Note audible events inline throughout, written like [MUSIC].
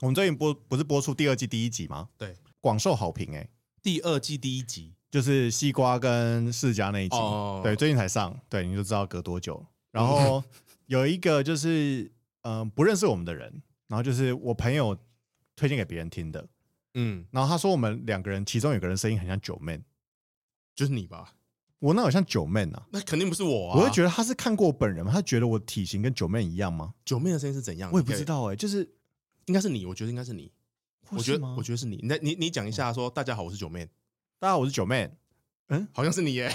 我们最近播不是播出第二季第一集吗？对，广受好评哎、第二季第一集，就是西瓜跟世家那一集，哦嗯对，最近才上，对，你就知道隔多久了。然后 [LAUGHS] 有一个就是嗯、呃不认识我们的人，然后就是我朋友推荐给别人听的，嗯，然后他说我们两个人其中有个人声音很像九妹，就是你吧？我那有像九妹啊？那肯定不是我啊！我会觉得他是看过我本人吗？他觉得我体型跟九妹一样吗？九妹的声音是怎样，我也不知，道哎、就是应该是你，我觉得应该是你，我是觉得吗我觉得是你。那你你讲一下，说大家好，我是九妹，大家好，我是九妹，好像是你 [LAUGHS] 耶，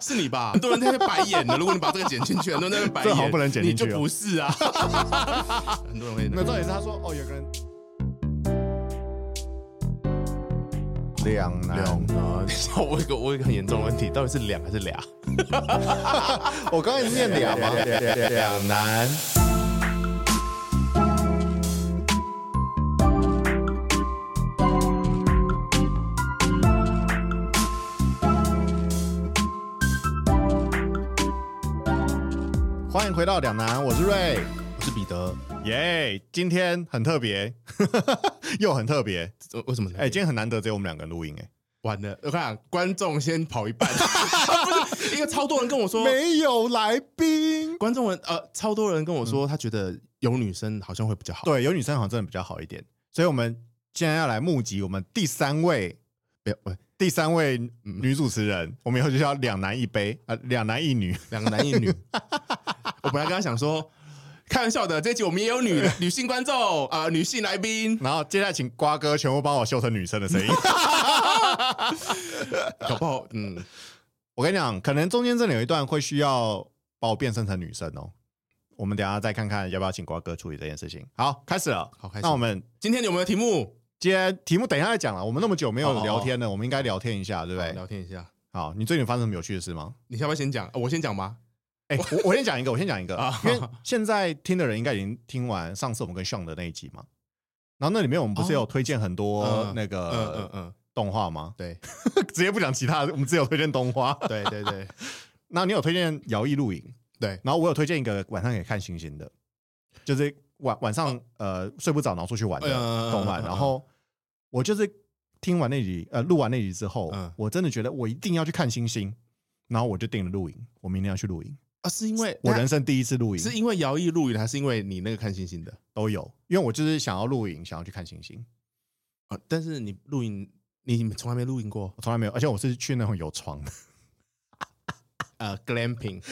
是你吧？很多人在那边白眼的，如果你把这个剪进去，很多人在那边白这好眼，像不能剪进去哦你就不是啊， [LAUGHS] 很多人会那重点是他说哦，有个人两 [LAUGHS] 难。等一下，啊 [LAUGHS] 我有一个我有一个很严重的问题，到底是两还是俩？我刚才念两吗？两难。欢迎回到两难，我是瑞，我是彼得，耶、今天很特别， [LAUGHS] 又很特别，这 [LAUGHS] 为什么呢？哎、今天很难得只有我们两个人录音、哎，完了，我看观众先跑一半， [LAUGHS] 不是一个超多人跟 [LAUGHS] 我说，没有来宾。观众们呃，超多人跟我说，他觉得有女生好像会比较好。，对，有女生好像真的比较好一点，所以我们现在要来募集我们第三位，不要喂，第三位女主持人，我们以后就叫两男一杯啊、两男一女。两个男一 [LAUGHS] 女。我本来跟他想说，开玩笑的，这一集我们也有女 [LAUGHS] 女性观众啊、呃女性来宾，然后接下来请瓜哥全部帮我修成女生的声音。 [LAUGHS] 搞不好嗯，我跟你讲，可能中间真的有一段会需要把我变身成女生哦。我们等一下再看看要不要请瓜哥处理这件事情。好，开始了。好开始那我们今天有没有题目？今天题目等一下再讲了。我们那么久没哦哦有哦聊天了，我们应该聊天一下，对不好对？聊天一下。好，你最近有发生什么有趣的事吗？你要不要先讲？呃我先讲吗？哎、我我先讲一个，我先讲一个啊，因为现在听的人应该已经听完上次我们跟 Sean 的那一集嘛。然后那里面我们不是有推荐很多嗯那嗯嗯个嗯，动画吗？对 [LAUGHS] 直接不讲其他的，我们只有推荐动画。对对对那你有推荐摇曳露营，对，然后我有推荐一个晚上可以看星星的，就是晚晚上呃睡不着，然后出去玩的嗯嗯嗯动漫。啊嗯嗯嗯然后我就是听完那集呃录完那集之后嗯，我真的觉得我一定要去看星星，然后我就定了露营，我明天要去露营， [LAUGHS] 啊，是因为我人生第一次露营是因为摇曳露营，还是因为你那个看星星的都有，因为我就是想要露营，想要去看星星，啊？但是你露营，你从来没露营过我从来没有，而且我是去那种有床的，呃，glamping，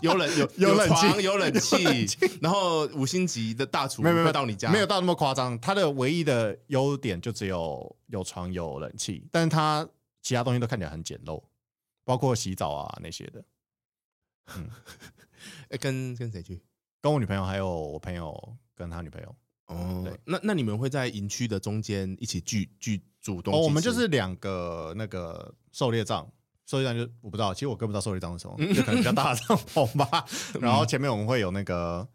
有冷有有冷气床有冷气，然后五星级的大厨没有没有会到你家，没有到那么夸张。它的唯一的优点就只有有床有冷气，但是它其他东西都看起来很简陋，包括洗澡啊那些的。呃跟跟谁去？跟我女朋友还有我朋友跟他女朋友，哦对，那那你们会在营区的中间一起聚聚煮东西哦，吃？我们就是两个那个狩猎帐，狩猎帐就我不知道，其实我根本不知道狩猎帐是什么，嗯就可能比较大的帐篷 [LAUGHS] 吧。然后前面我们会有那个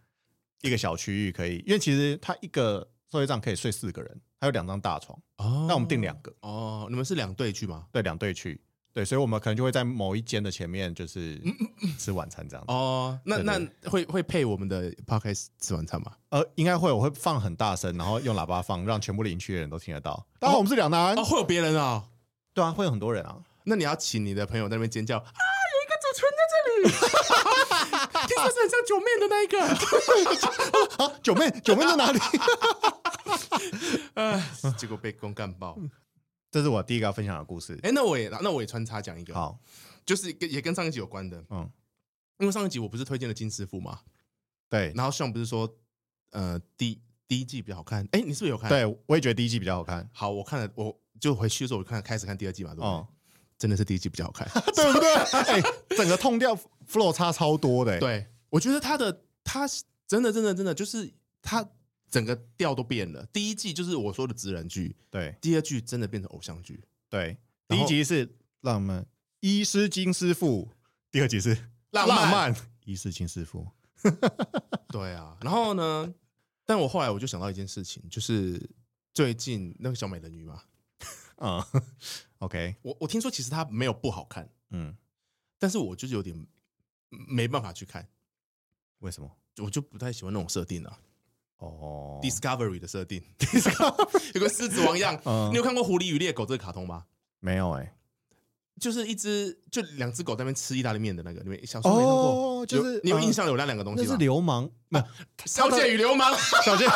一个小区域可以，因为其实它一个狩猎帐可以睡四个人，还有两张大床，哦，那我们订两个，哦，你们是两队去吗？对，两队去，对，所以我们可能就会在某一间的前面就是吃晚餐这样子。哦，嗯那对那对会会配我们的 podcast 吃晚餐吗？呃，应该会，我会放很大声，然后用喇叭放，让全部邻区的人都听得到。当然我们是两男哦，，会有别人啊。对啊，会有很多人啊。 [LAUGHS] 那你要请你的朋友在那边尖叫啊！有一个主持人 [LAUGHS] 在这里，听说是很像九妹的那一个，啊，九妹，九妹在哪里？ [LAUGHS] 呃， [LAUGHS] 结果被公干爆。这是我第一个要分享的故事。哎、那我也那我也穿插讲一个，好，就是跟也跟上一集有关的，嗯，因为上一集我不是推荐了金师傅嘛，对，然后上不是说呃第第一季比较好看，哎、你是不是有看？，对，我也觉得第一季比较好看，好，我看了，我就回去的时候我就看开始看第二季嘛，对不对？哦， [LAUGHS] 真的是第一季比较好看，对不对？哎，整个痛调 flow 差超多的，哎，对，我觉得他的他真的真的真的就是他整个调都变了，第一季就是我说的职人剧，对第二季真的变成偶像剧，对，第然一后集是浪漫医师金师傅，第二集是浪漫漫医师金师傅，对啊，然后呢？但我后来我就想到一件事情，就是最近那个小美人鱼嘛，嗯 [LAUGHS] ，OK，我我听说其实它没有不好看，嗯，但是我就是有点没办法去看，为什么？我就不太喜欢那种设定啊。哦，哦 Discovery 的设定，Discovery 有个狮子王一 [LAUGHS] 样。嗯你有看过《狐狸与猎狗》这个卡通吗？没有哎，就是一只就两只狗在那边吃意大利面的那个，你们小时候没看过？哦，就是有你有印嗯象有那两个东西那吗？是流氓，不是小姐与流氓，小姐， [LAUGHS]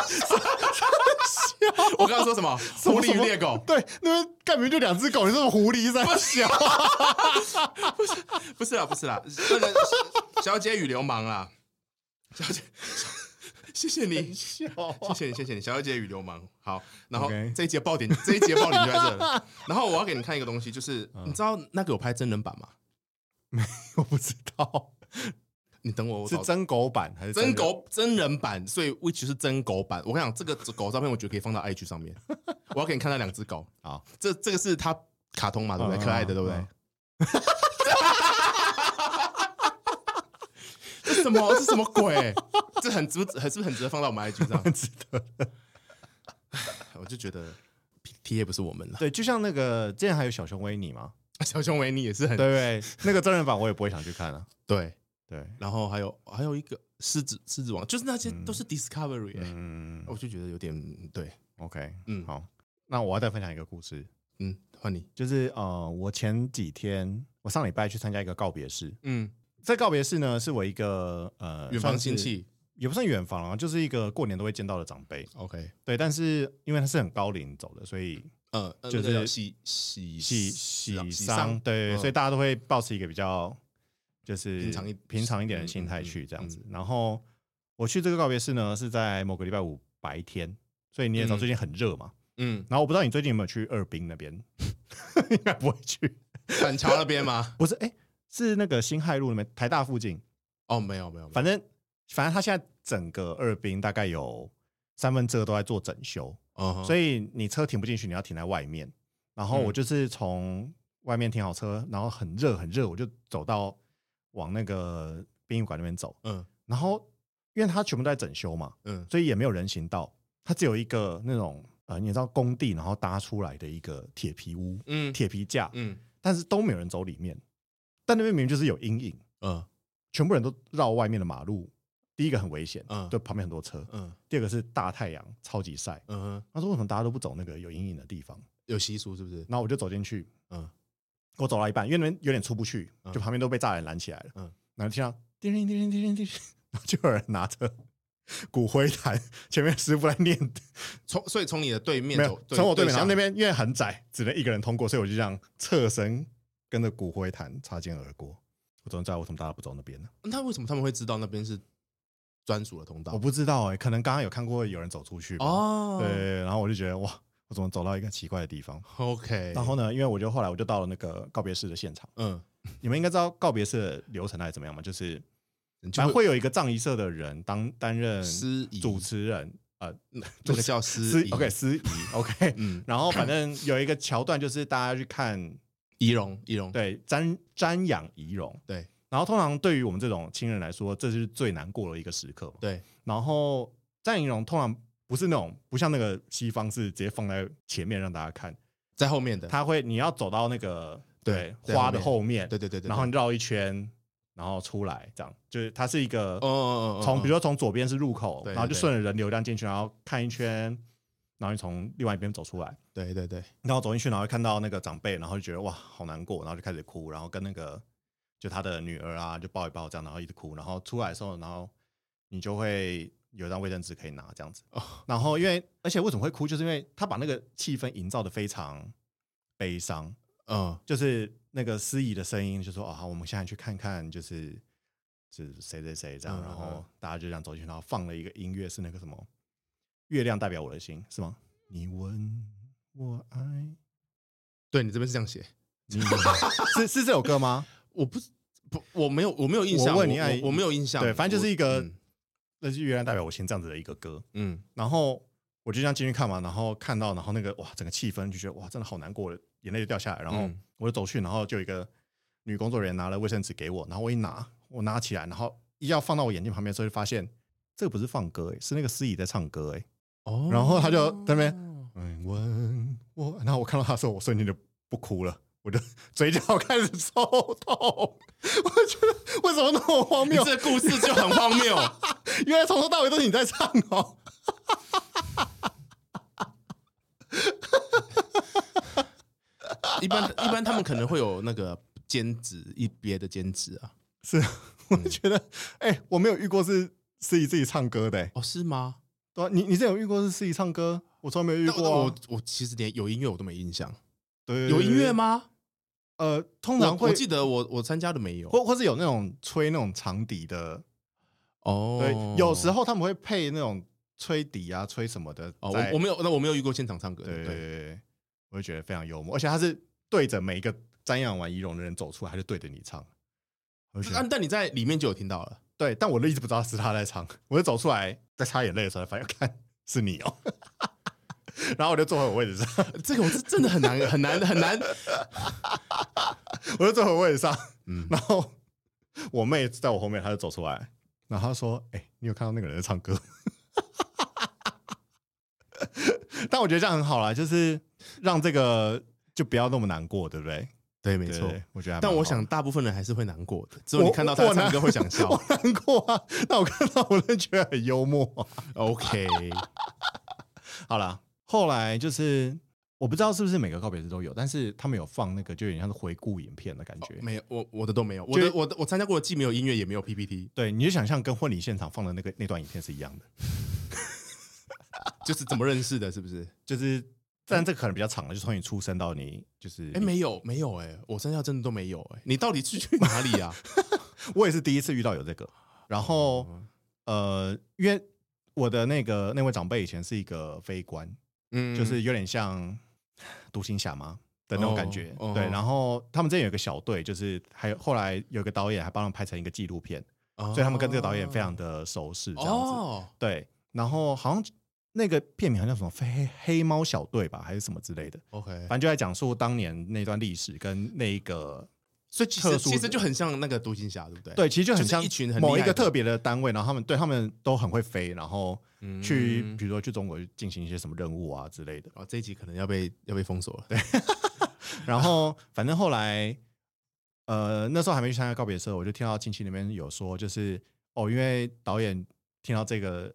我刚刚说什么？么狐狸与猎狗哦对，那边干明就两只狗，你这种狐 [LAUGHS] 狸在小， [LAUGHS] 不是啦，啊不是啦，那个小姐与流氓啦，小姐，谢谢你，笑谢谢你，谢谢你，小姐与流氓。好，然后 OK 这一节爆点，这一节爆点就在这 [LAUGHS] 了。然后我要给你看一个东西，就是嗯你知道那个有拍真人版吗？我不知道你等我，我是找真狗版还是真人？狗真人版，所以 which 是真狗版。我跟你讲，这个狗照片我觉得可以放到 [LAUGHS] IG 上面。我要给你看那两只狗，好，这这个是它卡通嘛，对不对？嗯可爱嗯的，对不对嗯？ [LAUGHS] 这什么？这什么鬼？这很值，很是不是很值得放到我们 IG 上？值得。我就觉得 P T 也不是我们了，对，就像那个之前还有小熊维尼嘛，小熊维尼也是很对不对？那个真人版我也不会想去看啊。对。对，然后还有还有一个狮子狮子王，就是那些都是 Discovery，、欸嗯我就觉得有点嗯对， ，OK，嗯好，那我要再分享一个故事，嗯，换你，就是呃，我前几天我上礼拜去参加一个告别式，嗯，这告别式呢是我一个呃远算方是亲戚也不算远房啊，就是一个过年都会见到的长辈。 ，OK，对，但是因为他是很高龄走的，所以呃，呃就是那个叫喜喜喜啊喜喜丧，丧，对，嗯所以大家都会保持一个比较就是平常一嗯平常一点的心态去这样子。然后我去这个告别式呢，是在某个礼拜五白天，所以你也知道嗯最近很热嘛。嗯，然后我不知道你最近有没有去二滨那边， [LAUGHS] 应该不会去，板桥那边吗？不是？哎、是那个新海路那边，台大附近，哦，没有没有，没有反正反正他现在整个二滨大概有三分之二都在做整修。嗯哼，所以以你车停不进去，你要停在外面。然后我嗯就是从外面停好车，然后很热很热，我就走到往那个殡仪馆那边走。嗯然后因为它全部都在整修嘛，嗯所以也没有人行道，它只有一个那种呃，你知道工地然后搭出来的一个铁皮屋、嗯铁皮架，嗯但是都没有人走里面。但那边明明就是有阴影，嗯全部人都绕外面的马路。第一个很危险，嗯对，旁边很多车。嗯第二个是大太阳，超级晒。嗯哼，他说为什么大家都不走那个有阴影的地方？有习俗是不是？然后我就走进去，嗯我走到一半，因为那边有点出不去，嗯就旁边都被栅栏拦起来了。嗯嗯，然后听到叮铃叮铃叮铃叮铃，然后就有人拿着 [LAUGHS] 骨灰坛，前面师傅来念，从所以从你的对面没走有，从我对面，然后那边边因为很窄，只能一个人通过，所以我就这样侧身跟着骨灰坛擦肩而过。我总知道为什么大家不走那边呢？那为什么他们会知道那边是专属的通我道？不知道哎、可能刚刚有看过有人走出去吧。哦，对，然后我就觉得哇，我怎么走到一个奇怪的地方？ ，OK，然后呢，因为我就后来我就到了那个告别式的现场。嗯，你们应该知道告别式的流程大概怎么样嘛？就是你就反正会有一个葬仪社的人当担任司仪主持人，呃，这个叫司司仪 OK 司仪 [LAUGHS] OK，嗯，然后反正有一个桥段就是大家去看仪容仪容，对瞻瞻仰仪容，对然后通常对于我们这种亲人来说，这是最难过的一个时刻嘛。对，然后瞻仰仪容通常不是那种不像那个西方是直接放在前面让大家看，在后面的，他会你要走到那个对在后花的面后面，对对对对，然后对你绕一圈，然后出来，这样就是它是一个哦哦哦，从，比如如说从左边是入口，对然后就对对顺着人流量进去，然后看一圈，然后你从另外一边走出来，对对对，然后走进去，然后看到那个长辈，然后就觉得哇好难过，然后就开始哭，然后跟那个就他的女儿啊就抱一抱这样，然后一直哭，然后出来的时候，然后你就会有一张卫生纸可以拿这样子哦，然后因为而且为什么会哭，就是因为他把那个气氛营造的非常悲伤，嗯，就是那个司仪的声音，就说：“啊、好我们现在去看看，就是是谁谁谁这样。嗯嗯嗯然后大家就这样走进去，然后放了一个音乐，是那个什么“月亮代表我的心”是吗？你问我爱对你这边是这样写，你， [LAUGHS] 是是这首歌吗？我不不，我没有我没有印象，我问你爱我我没有印象，对，反正就是一我个嗯“那是月亮代表我心”这样子的一个歌。嗯然后我就这样进去看嘛，然后看到，然后那个哇，整个气氛就觉得哇，真的好难过，眼泪就掉下来。然后嗯我就走去，然后就有一个女工作人员拿了卫生纸给我，然后我一拿，我拿起来，然后一要放到我眼睛旁边的时候，就发现这个不是放歌、欸，是那个司仪在唱歌、欸，哦然后他就在那边，嗯，问我，然后我看到他的时候，我瞬间就不哭了。我就嘴角开始抽痛，我觉得为什么那么荒你谬？这个故事就很荒谬，原来从头到尾都是你在唱哦。一般一般他们可能会有那个兼职一别的兼职啊。是，我觉得，哎、我没有遇过是司仪自己唱歌的、哎哦，是吗？对、啊，你你之前有遇过是司仪唱歌？我从来没有遇那过、啊。我我其实连有音乐我都没印象，对有音乐？对对吗？呃，通我常会我记得我我参加的没有或或是有那种吹那种长笛的，哦对，有时候候他们会配那种吹笛啊、吹什么的。哦，在我我没有，那我没有遇过现场唱歌的，对对对对，对对，我就觉得非常幽默，而且他是对着每一个瞻仰完仪容的人走出来，他就对着你唱。我就觉得但啊但你在里面就有听到了，对，但我一直不知道是他在唱，我就走出来在擦眼泪的时候，发现 [LAUGHS] 看是你哦、 [LAUGHS] 然后我就坐回我位置上， [LAUGHS] 这个我是真的很难很难很难，我就坐回我位置上，嗯，然后 [LAUGHS] 我妹在我后面，她就走出来，然后她说：“哎、你有看到那个人在唱歌吗？” [LAUGHS] 但我觉得这样很好啦，就是让这个就不要那么难过，对不对？对，没对错。，我觉得还蛮好的。但我想大部分人还是会难过的，只有你我看到他我唱难歌会想笑 [LAUGHS] 我。难过啊，但我看到我就觉得很幽默、啊 OK， [LAUGHS] 好啦，后来就是我不知道是不是每个告别式都有，但是他们有放那个就有点像是回顾影片的感觉。哦没有我我的都没有，我的我的我参加过的既没有音乐也没有 PPT，对，你就想象跟婚礼现场放的那个那段影片是一样的，就是怎么认识的，是不是？就是但这个可能比较长了，就从你出生到你就是，哎，没有没有哎、我参加真的都没有哎、你到底是去哪里啊？我也是第一次遇到有这个。然后哦呃，因为我的那个那位长辈以前是一个非官，嗯就是有点像独行侠嘛的那种感觉。哦哦对，然后他们之前有一个小队，就是还有后来有一个导演还帮他们拍成一个纪录片，所所以他们跟这个导演非常的熟识，这样子。哦，对，然后好像那个片名好像叫什么黑黑猫小队吧，还是什么之类的， OK，反正就在讲述当年那段历史跟那一个。所以其特实殊其实就很像那个独行侠，对不对？对，，其实就很像就是一群很厉害的某一个特别的单位，然后他们对他们都很会飞，然后去、嗯比如说去中国进行一些什么任务啊之类的。哦，这一集可能要被要被封锁了。对，然 [LAUGHS] 后反正后来，呃，那时候还没去参加告别社，我就听到亲戚那边有说，就是哦，因为导演听到这个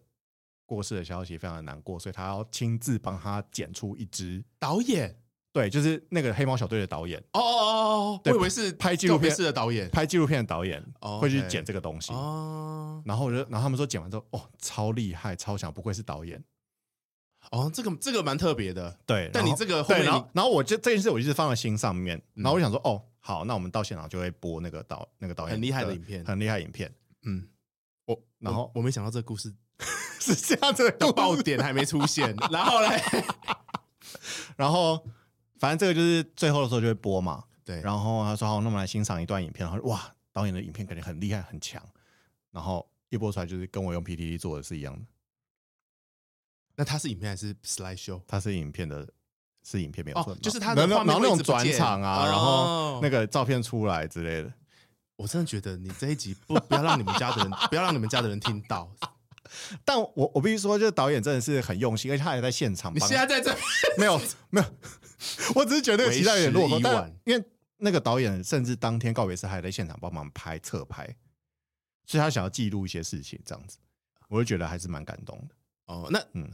过世的消息非常的难过，所以他要亲自帮他剪出一支，导演，对，就是那个黑猫小队的导演，哦哦哦哦，我对以为是拍纪录片告别式的导演。拍纪录片的导演哦会去 OK 剪这个东西。哦然后我就，然后他们说剪完之后，哦，超厉害，超强，不愧是导演。哦，这个这个蛮特别的，对，然但后你这个后对，面然你后然后我这这件事我一直放在心上面，嗯然后我想说，哦，好，那我们到现场就会播那个导那个导演很厉害的影片很厉害的影片。 [LAUGHS] 嗯，我然后我我没想到这个 [LAUGHS] 故事是这样子的爆故事，点还没出现，然后 [LAUGHS] 嘞，然后反正这个就是最后的时候就会播嘛。对，然后他说好，那我们来欣赏一段影片。然后说哇，导演的影片感觉很厉害很强。然后一播出来就是跟我用 PPT 做的是一样的，那它是影片还是 slide show？它是影片的，是影片没有错哦，，就是它的然后画面然后那会一种直不转见场啊，然后哦那个照片出来之类的。我真的觉得你这一集不不要让你们家的人不要让你们家的人听到，但我我必须说，就是导演真的是很用心，而且他也在现场 [LAUGHS] 你帮。现在在这没有没有，我只是觉得那个期待有点落后为，时已但晚因为那个导演甚至当天告别式还在现场帮忙拍侧拍，所以他想要记录一些事情，这样子，我就觉得还是蛮感动的。哦，那嗯，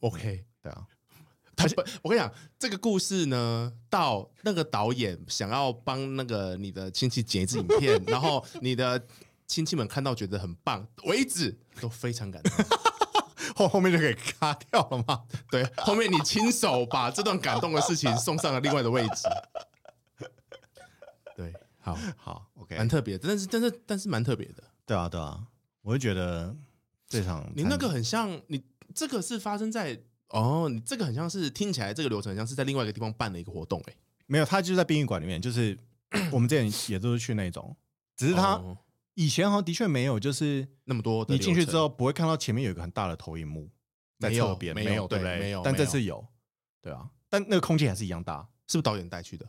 OK，对啊， [LAUGHS] 他不，我跟你讲，这个故事呢，到那个导演想要帮那个你的亲戚剪一支影片，然后你的亲戚们看到觉得很棒为止，都非常感动。后后面就给卡掉了嘛。对，后面你亲手把这段感动的事情送上了另外的位置。对，好，好，OK，蛮特别的，但是但是但是蛮特别的。对啊对啊，我就觉得这场你参那个很像，你这个是发生在哦，你这个很像是听起来这个流程很像是在另外一个地方办的一个活动、欸，哎，没有，他就是在殡仪馆里面，就是 [COUGHS] 我们之前也都是去那种，只是他哦以前好像的确没有，就是那么多的你进去流程之后不会看到前面有一个很大的投影幕在没有侧边，没有有对不对对？没有但没这有次有，对啊，但那个空间还是一样大。是不是导演带去的？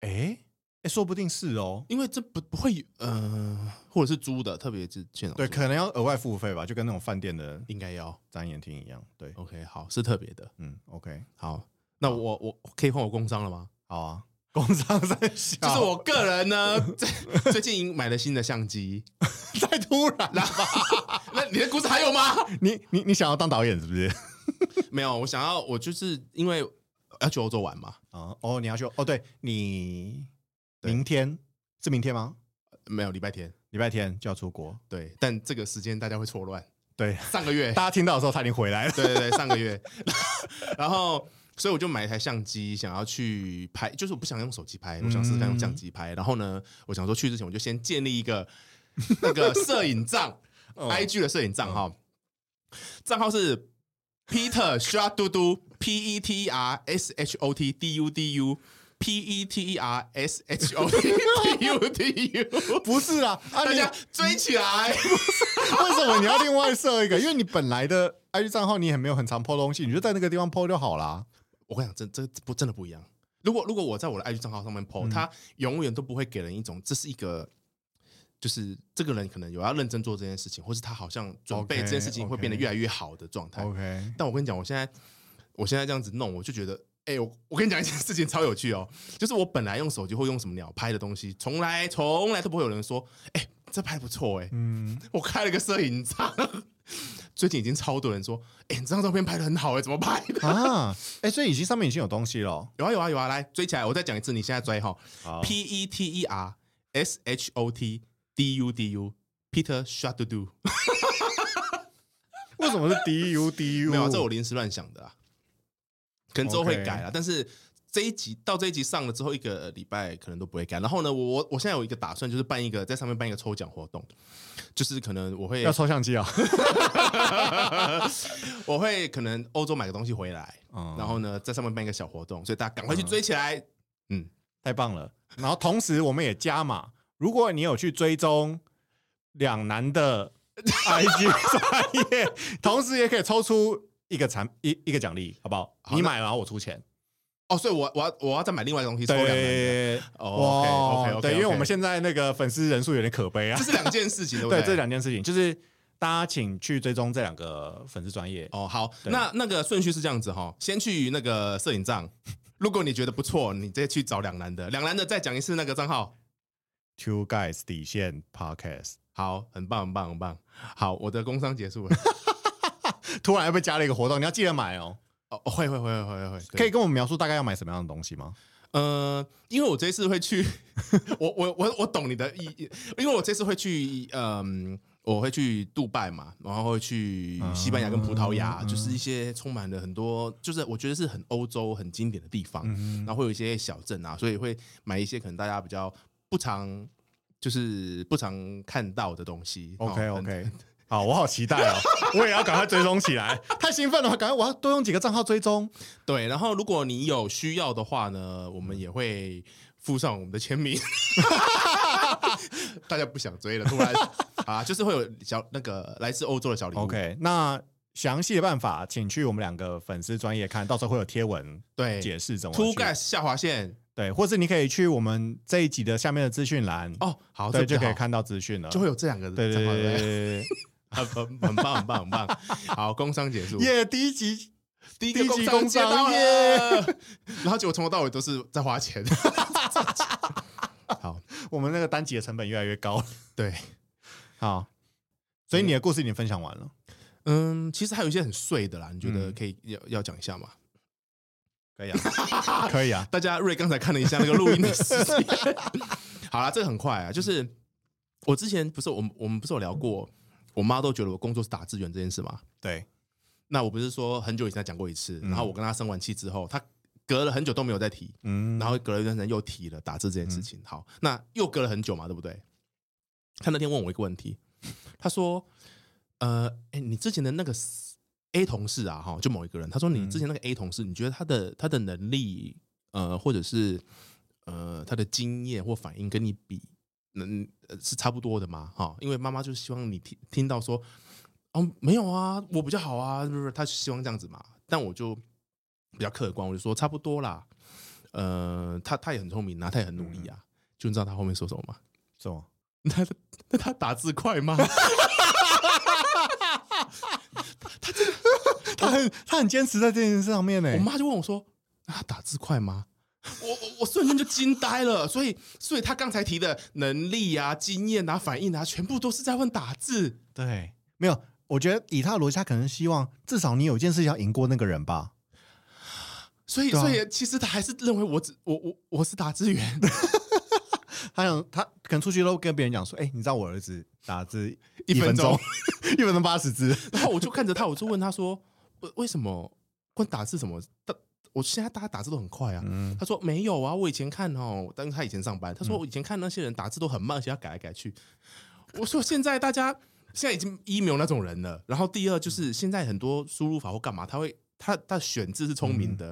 哎哎，说不定是哦，因为这不不会有，呃，或者是租的，特别是现场对，租可能要额外付费吧，就跟那种饭店的应该要。展演厅一样。对， OK，好，是特别的。嗯，OK，好，那我我我可以换我工商了吗？好啊，工商三小， [LAUGHS] 就是我个人呢， [LAUGHS] 最最近买了新的相机。太突然了。那你的故事还有吗？你你你想要当导演是不是？ [LAUGHS] 没有，我想要，我就是因为要去欧洲玩嘛，啊，哦，你要去哦，对你对明天是明天吗？没有礼拜天，礼拜天就要出国，对，但这个时间大家会错乱。对，上个月，大家听到的时候他已经回来了，哎 [LAUGHS] 对对对，上个月， [LAUGHS] 然后所以我就买一台相机，想要去拍，就是我不想用手机拍，我想试试看用相机拍。然后呢，我想说去之前我就先建立一个那个摄影账、哦 i g 的摄影账号，账号是 Peter [LAUGHS] Shot 嘟嘟 P E T E R S H O T D U D U。P E T E R S H O T D U D [LAUGHS] U，不是啦，啊，大你家追起来！[LAUGHS] [LAUGHS] 为什么你要另外设一个？因为你本来的 IG 账号你也没有很常 PO 东西，你就在那个地方 PO 就好啦。我跟你讲，真这不真的不一样。如果如果我在我的 IG 账号嗯上面 PO，、他永远都不会给人一种这是一个，就是这个人可能有要认真做这件事情，或是他好像准备 OK，这件事情会变得 OK 越来越好的状态。 OK，但我跟你讲，我现在我现在这样子弄，我就觉得，哎、我我跟你讲一件事情超有趣哦，就是我本来用手机或用什么鸟拍的东西，从来从来都不会有人说，哎、这拍不错哎、嗯，我开了个摄影帐， [LAUGHS] 最近已经超多人说，哎、你这张照片拍的很好哎、怎么拍的？ [LAUGHS] 啊，哎、所以已经上面已经有东西了哦。有啊有啊有啊，来追起来！我再讲一次，你现在追哈好，P E T E R S H O T D U D U Peter Shot to Do， [LAUGHS] 为什么是 D [LAUGHS] U D U？没有、啊，这我临时乱想的啦，可能之后会 OK 改啦。但是这一集到这一集上了之后，一个礼拜可能都不会改。然后呢，我我我现在有一个打算，就是办一个在上面办一个抽奖活动，就是可能我会要抽相 [LAUGHS] 机啊。我会可能欧洲买个东西回来，嗯然后呢在上面办一个小活动，所以大家赶快去追起来。嗯，太棒了。然后同时我们也加码，如果你有去追踪两男的 IG 专业，同时也可以抽出一个产一一个奖励，好不好？好你那买然后我出钱，哦，所以我我要我要再买另外一个东西抽两个。对，哦，OK，OK，OK，OK 对，因为我们现在那个粉丝人数有点可悲啊 [LAUGHS] 这。是两件事情，对不对，这两件事情就是大家请去追踪这两个粉丝专业。哦，好，对那那个顺序是这样子哈，先去那个摄影帐，如果你觉得不错，你再去找两男的，两男的再讲一次那个账号。 Two Guys 底线 Podcast，好，很棒，很棒，很棒。好，我的工商结束了。 [LAUGHS] 突然又被加了一个活动，你要记得买哦。哦，会会会会会会，可以对。跟我们描述大概要买什么样的东西吗？呃，因为我这次会去， [LAUGHS] 我我我我懂你的意义，因为我这次会去，嗯、我会去杜拜嘛，然后会去西班牙跟葡萄牙，嗯嗯就是一些充满了很多，就是我觉得是很欧洲很经典的地方。嗯然后会有一些小镇啊，所以会买一些可能大家比较不常就是不常看到的东西。 OK 哦 OK，好，我好期待 [LAUGHS] 哦，我也要赶快追踪起来， [LAUGHS] 太兴奋了，赶快我要多用几个账号追踪。对。然后如果你有需要的话呢，我们也会附上我们的签名。 [LAUGHS] 大家不想追了，突然啊，就是会有小那个来自欧洲的小礼物。 OK，那详细的办法请去我们两个粉丝专业看，到时候会有贴文对解释怎么去。 ，Two Guys 下划线对，或是你可以去我们这一集的下面的资讯栏，哦，好，对，这就比较可以好，看到资讯了。就会有这两个对对账号对对不对很很很棒，很棒，很棒。好，工商结束对，。 [LAUGHS] 耶，第一集第一第一集工接到商了， [LAUGHS] 然后结果从头到尾都是在花钱。 [LAUGHS] 好，我们那个单集的成本越来越高了。对，好，所以你的故事已经分享完了，嗯，其实还有一些很碎的啦，你觉得嗯可以要要讲一下吗？可以啊， [LAUGHS] 可以啊。大家瑞刚才看了一下那个录音的时间， [LAUGHS] 好啦，这个很快啊，就是我之前不是我们我们不是有聊过，我妈都觉得我工作是打字员这件事吗？对，那我不是说很久以前她讲过一次，嗯然后我跟她生完气之后，她隔了很久都没有再提，嗯，然后隔了一段时间又提了打字这件事情。好，那又隔了很久嘛，对不对？他那天问我一个问题，他说：“呃，哎，你之前的那个 S- A 同事啊，哈，就某一个人，他说你嗯之前那个 A 同事，你觉得他的他的能力，呃，或者是呃他的经验或反应跟你比，能、呃是差不多的吗？哈，因为妈妈就是希望你听听到说，哦，没有啊，我比较好啊，不是不是，他希望这样子嘛。但我就比较客观，我就说差不多啦。呃，他他也很聪明啊，他也很努力嗯啊。就你知道他后面说什么吗？什么？那那他打字快吗？他很他很坚持在这件事上面呢我。妈就问我说：“那他打字快吗？”我我我瞬间就惊呆了，所以所以他刚才提的能力啊、经验啊、反应啊，全部都是在问打字。对，没有，我觉得以他的逻辑，他可能希望至少你有一件事情要赢过那个人吧。所以对啊所以其实他还是认为我只我我我是打字员，他想他可能出去都跟别人讲说，哎、你知道我儿子打字一一分分钟 [LAUGHS] 钟，一分钟八十字， [LAUGHS] 然后我就看着他，我就问他说：“为为什么问打字什么？打我现在大家打字都很快啊。嗯，他说：“没有啊，我以前看哦，但是他以前上班，他说我以前看那些人打字都很慢，而且要改来改去。”我说：“现在大家现在已经一没有那种人了。然后第二嗯就是现在很多输入法或干嘛，他会他他选字是聪明嗯的，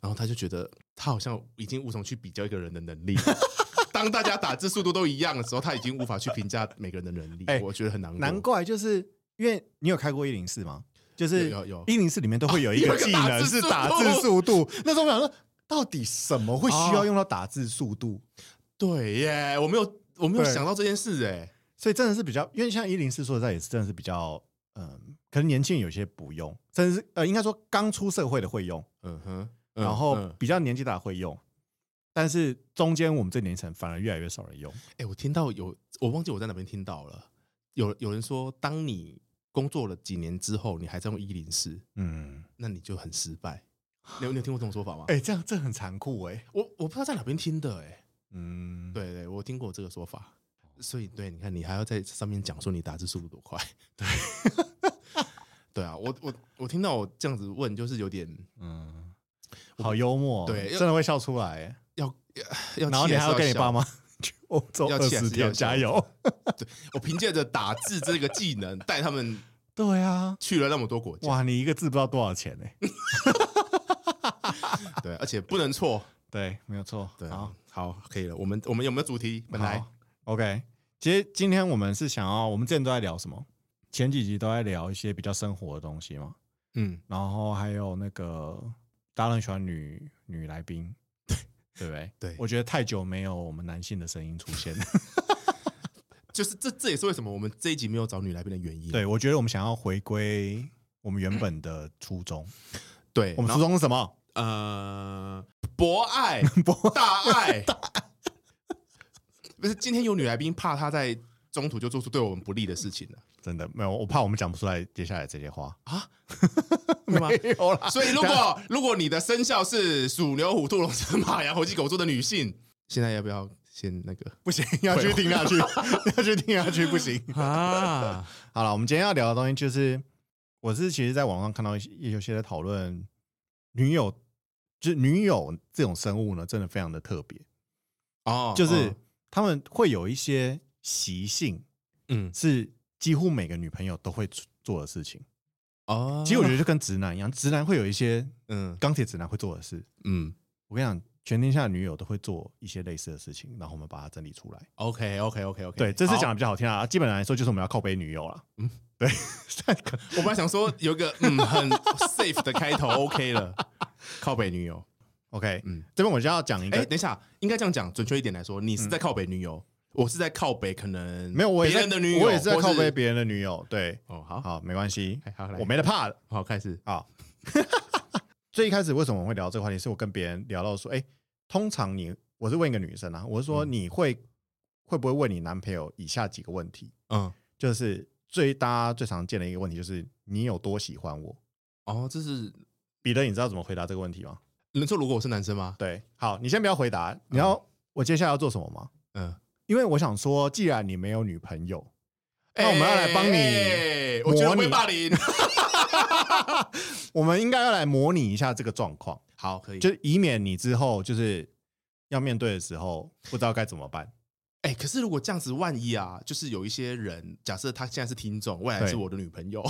然后他就觉得他好像已经无从去比较一个人的能力。” [LAUGHS] 当大家打字速度都一样的时候，他已经无法去评价每个人的能力，哎我觉得很难过。难怪就是因为你有开过一零四吗？就是有有有一零四里面都 [LAUGHS] 会有一个技能是打字速度，那时候我想说，到底什么会需要用到打字速度？对耶，我没有我没有对想到这件事哎。所以真的是比较，因为像一零四说实在也是真的是比较，嗯，可能年轻人有些不用，甚至是呃，应该说刚出社会的会用，嗯哼，嗯然后嗯比较年纪大的会用，但是中间我们这年龄层反而越来越少人用。哎、我听到有我忘记我在哪边听到了，有有人说，当你工作了几年之后，你还在用一零四，嗯，那你就很失败。你有你有听过这种说法吗？哎、这样这很残酷哎、我我不知道在哪边听的哎、嗯，对对，我听过这个说法。所以对，你看你还要在上面讲说你打字速度多快， [LAUGHS] 对对啊，我我我听到我这样子问，就是有点嗯，好幽默哦，对真的会笑出来哎、要要，然后你还要跟你爸妈。妈去欧洲要二气还十是要天，笑加油！我凭借着打字这个技能，带他们对啊，去了那么多国家，哇，你一个字不知道多少钱呢、欸对，而且不能错，对，没有错。对，好好，，好，可以了。我们我们有没有主题？本来好 OK。其实今天我们是想要，我们之前都在聊什么？前几集都在聊一些比较生活的东西嘛，嗯，然后还有那个大家都很喜欢女女来宾， [LAUGHS] 对不对？对我觉得太久没有我们男性的声音出现，就是这这也是为什么我们这一集没有找女来宾的原因。对我觉得我们想要回归我们原本的初衷。对，我们然初后衷是什么？ [LAUGHS] 呃，博爱博大 [LAUGHS] 爱，不是今天有女来宾，怕她在中途就做出对我们不利的事情了真的没有，我怕我们讲不出来接下来这些话。啊？对吗？有啦所以，如果如果你的生肖是鼠、牛、虎、兔、龙、蛇、马、羊、猴、鸡、狗、猪的女性，现在要不要先那个 [LAUGHS] 不行，要去听下去， [LAUGHS] 要去听下去，不 [LAUGHS] 行。啊？好了，我们今天要聊的东西就是，我是其实在网上看到一些有些在讨论女友，就是女友这种生物呢，真的非常的特别，哦，就是他们会有一些习性嗯是几乎每个女朋友都会做的事情。哦，其实我觉得就跟直男一样，直男会有一些嗯钢铁直男会做的事。嗯我跟你讲，全天下的女友都会做一些类似的事情，然后我们把它整理出来。 ，OK OK OK OK，对，这次讲的比较好听啊。基本上来说，就是我们要靠背女友了。嗯嗯，对， [LAUGHS] 但可我本来想说有一个嗯很 safe 的开头 [LAUGHS] OK 了，靠北女友。 OK，嗯嗯，这边我就要讲一个，哎，等一下，应该这样讲，准确一点来说，你是在靠北女友，我是在靠北可能嗯没有，我也别在人的女友，我也是在或靠背别人的女友。对，哦，好好好，没关系哎好来，我没得怕的。好开始，好，最一开始为什么我会聊这个话题，是我跟别人聊到说，哎，通常你我是问一个女生啊，我是嗯说你会、会不会问你男朋友以下几个问题？嗯，就是最大家最常见的一个问题，就是你有多喜欢我？哦，这是彼得，你知道怎么回答这个问题吗？你说如果我是男生吗？对，好，你先不要回答，你要、我接下来要做什么吗？嗯，因为我想说，既然你没有女朋友，哎那我们要来帮你哎我觉得我模会拟霸凌， [LAUGHS] 我们应该要来模拟一下这个状况，好，可以，就以免你之后就是要面对的时候不知道该怎么办。哎、可是如果这样子，万一啊，就是有一些人，假设她现在是听众，未来对是我的女朋友， [LAUGHS]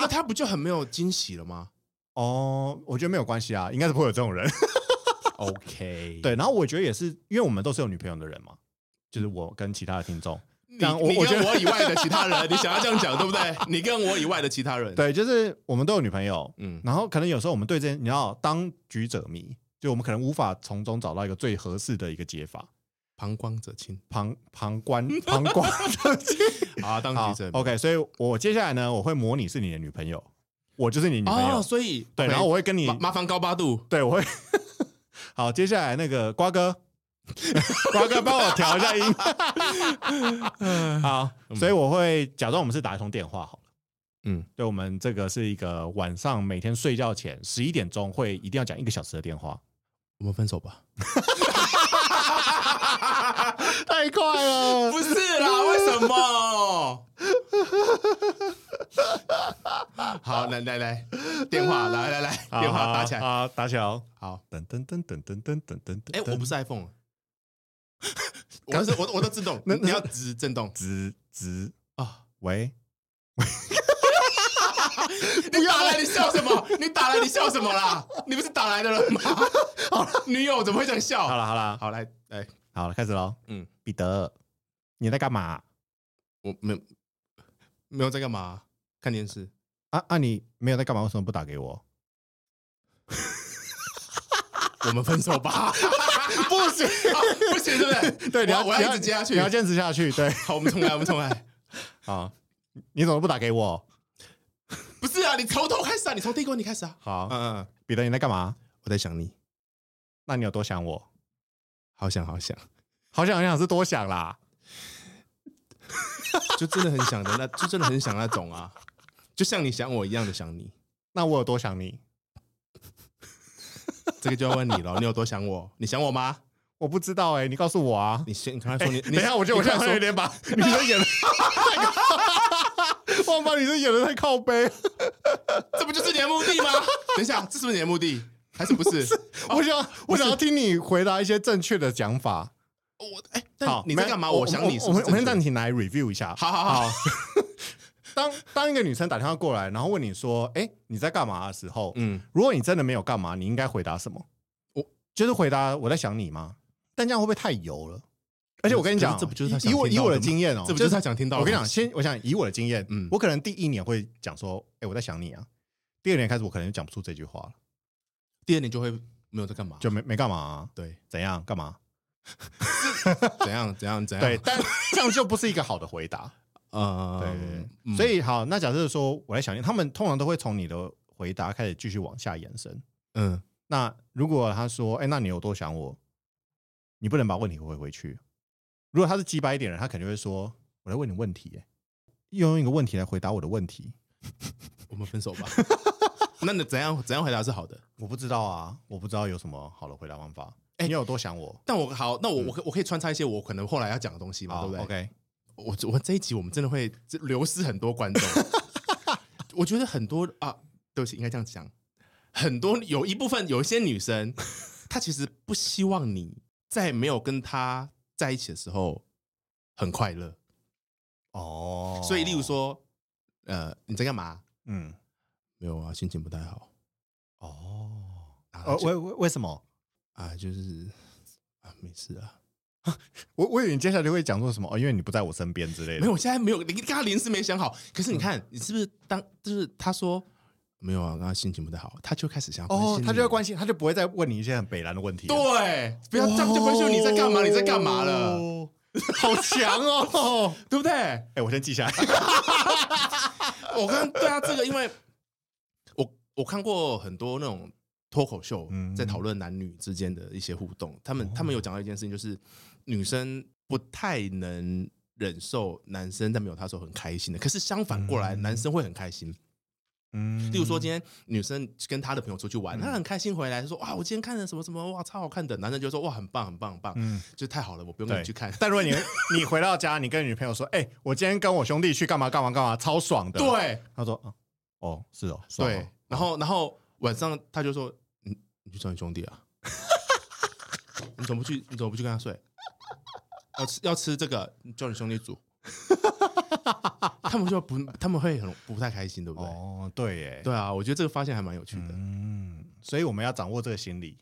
那她不就很没有惊喜了吗哦，我觉得没有关系啊，应该是不会有这种人。 [LAUGHS] ？OK，对，然后我觉得也是，因为我们都是有女朋友的人嘛，就是我跟其他的听众，你但我你我觉跟得我以外的其他人，你想要这样讲对不对？ [LAUGHS] 你跟我以外的其他人，，对，就是我们都有女朋友，嗯，然后可能有时候我们对这件，你知道，当局者迷，就我们可能无法从中找到一个最合适的一个解法。旁观者清旁旁 [LAUGHS] 观旁观的啊，当好哦局者迷，OK，所以我接下来呢，我会模拟是你的女朋友，我就是你女朋友，哦，所以对， OK，然后我会跟你麻麻烦高八度，对，我会。 [LAUGHS] 好，接下来那个瓜哥，瓜哥帮我调一下 [LAUGHS] 音。好，所以我会假装我们是打一通电话好了。嗯，对我们这个是一个晚上每天睡觉前十一点钟会一定要讲一个小时的电话， [LAUGHS] 我们分手吧？太快了！不是啦，为什么？ [LAUGHS] 好，来来来，电话，来来来，电话打起来。啊，打起来哦！好，噔噔噔噔噔噔噔噔噔，哎，我不是 iPhone，我是我我都自动，那你要直震 [LAUGHS] 动直直啊！喂，你打来，你笑什么？你打来，你笑什么啦？你不是打来的 [LAUGHS] 人吗？女友怎么会这样好笑？了好了哦好，来哎来，好了，开始喽。嗯，彼得，你在干嘛？我没有没有在干嘛？看电视。啊啊，你没有在干嘛？为什么不打给我？我们分手 [LAUGHS] 吧？不行，啊 [LAUGHS] 不行，对不对？ [LAUGHS] 对，你要我我你要一直接下去你。要坚持下去。 [LAUGHS] 对，好，我们重来，我们重来。好，你怎么不打给我？不是啊，你从头开始啊，你从第一个问题开始啊。好嗯，嗯，嗯彼得，你在干嘛？我在想你，那你有多想我？好想好想，好想好想是多想啦。就真的很想的，那就真的很想那种啊，就像你想我一样的想你。那我有多想你？这个就要问你了，你有多想我？你想我吗？我不知道哎、你告诉我啊。你先，你刚才 [LAUGHS] 说你，等你一下，我觉得我 [LAUGHS] 你现在刚有才说点把你的演的， [LAUGHS] 忘把你的演的太靠背。 [LAUGHS] 这不就是你的目的 [LAUGHS] 吗？等一下，这是不是你的目的？还 [LAUGHS] 是不是？哦我想，啊我想要听你回答一些正确的讲法。我哎，好但，你在没干嘛？我想你是我不们是我正确的？们暂停来 review 一下。好好好，当当一个女生打电话过来，然后问你说：“哎、你在干嘛？”的时候，嗯，如果你真的没有干嘛，你应该回答什么？我就是回答我在想你吗？但这样会不会太油了？而且我跟你讲，这不就是他以想以我听以到我的的吗经验哦、这不就是是他想听到的我跟你东讲，先我想以我的经验，嗯我可能第一年会讲说：“哎、我在想你啊。”第二年开始，我可能就讲不出这句话了，嗯第二年就会没有在干嘛？ [LAUGHS] 就没没干嘛啊、对，怎样干嘛？怎样怎样怎样？对， [LAUGHS] 但这样就不是一个好的回 [LAUGHS] 答。呃，对，嗯所以好，那假设说我在想念，他们通常都会从你的回答开始继续往下延伸。嗯，那如果他说：“哎、那你有多想我？”你不能把问题回回去。如果他是鸡掰一点的人，他肯定会说：“我在问你问题、欸，用一个问题来回答我的问题。我们分手 [LAUGHS] 吧。那你怎样怎样回答是好的？”我不知道啊，我不知道有什么好的回答方法。哎你有多想我？但我好，那我我可我可以穿插一些我可能后来要讲的东西嘛，好对不对 o k 我我这一集我们真的会流失很 [LAUGHS] 多观众。我觉得很多啊，对不起，应该这样讲，很多有一部分有一些女生，她其实不希望你在没有跟她在一起的时候很快乐，哦，所以例如，说，呃，你在干嘛？嗯，没有啊，心情不太好哦，啊，呃，就为为为什么？啊就是啊，没事啊，我我以为你接下来就会讲说什么哦，因为你不在我身边之类的。没有，我现在没有，你刚刚临时没想好。可是嗯你看，你是不是当就是他说没有啊，刚刚心情不太好，他就开始想要关心哦，你他就会关心，他就不会再问你一些很北蓝的问题了。对，不要这样就关心你在干嘛，你在干嘛了，哦？好强哦！对不 [LAUGHS] 对？哎、我先记下来。我刚对啊，这个因为我我看过很多那种脱口秀嗯哦在讨论男女之间的一些互动，他们他们有讲到一件事情，就是女生不太能忍受男生在没有她的时候很开心的，可是相反过来，嗯男生会很开心。嗯例如说，今天女生跟她的朋友出去玩，她很开心回来，就说哇，我今天看了什么什么，哇，超好看的。男生就说哇，很棒，很棒，很棒，嗯，就太好了，我不用跟对你去看。但如果你你回到家，你跟女朋友说：“哎、我今天跟我兄弟去干嘛干嘛干嘛，超爽的。”，对他说：“啊，哦，是哦，爽哦对，然后然后晚上他就说，你你去找你兄弟啊， [LAUGHS] 你怎么不去？你怎么不去跟他睡？ [LAUGHS] 要吃要吃这个，你叫你兄弟煮。他们就不，他们会很不太开心，对不对？哦，对耶，对啊，我觉得这个发现还蛮有趣的。嗯，所以我们要掌握这个心理，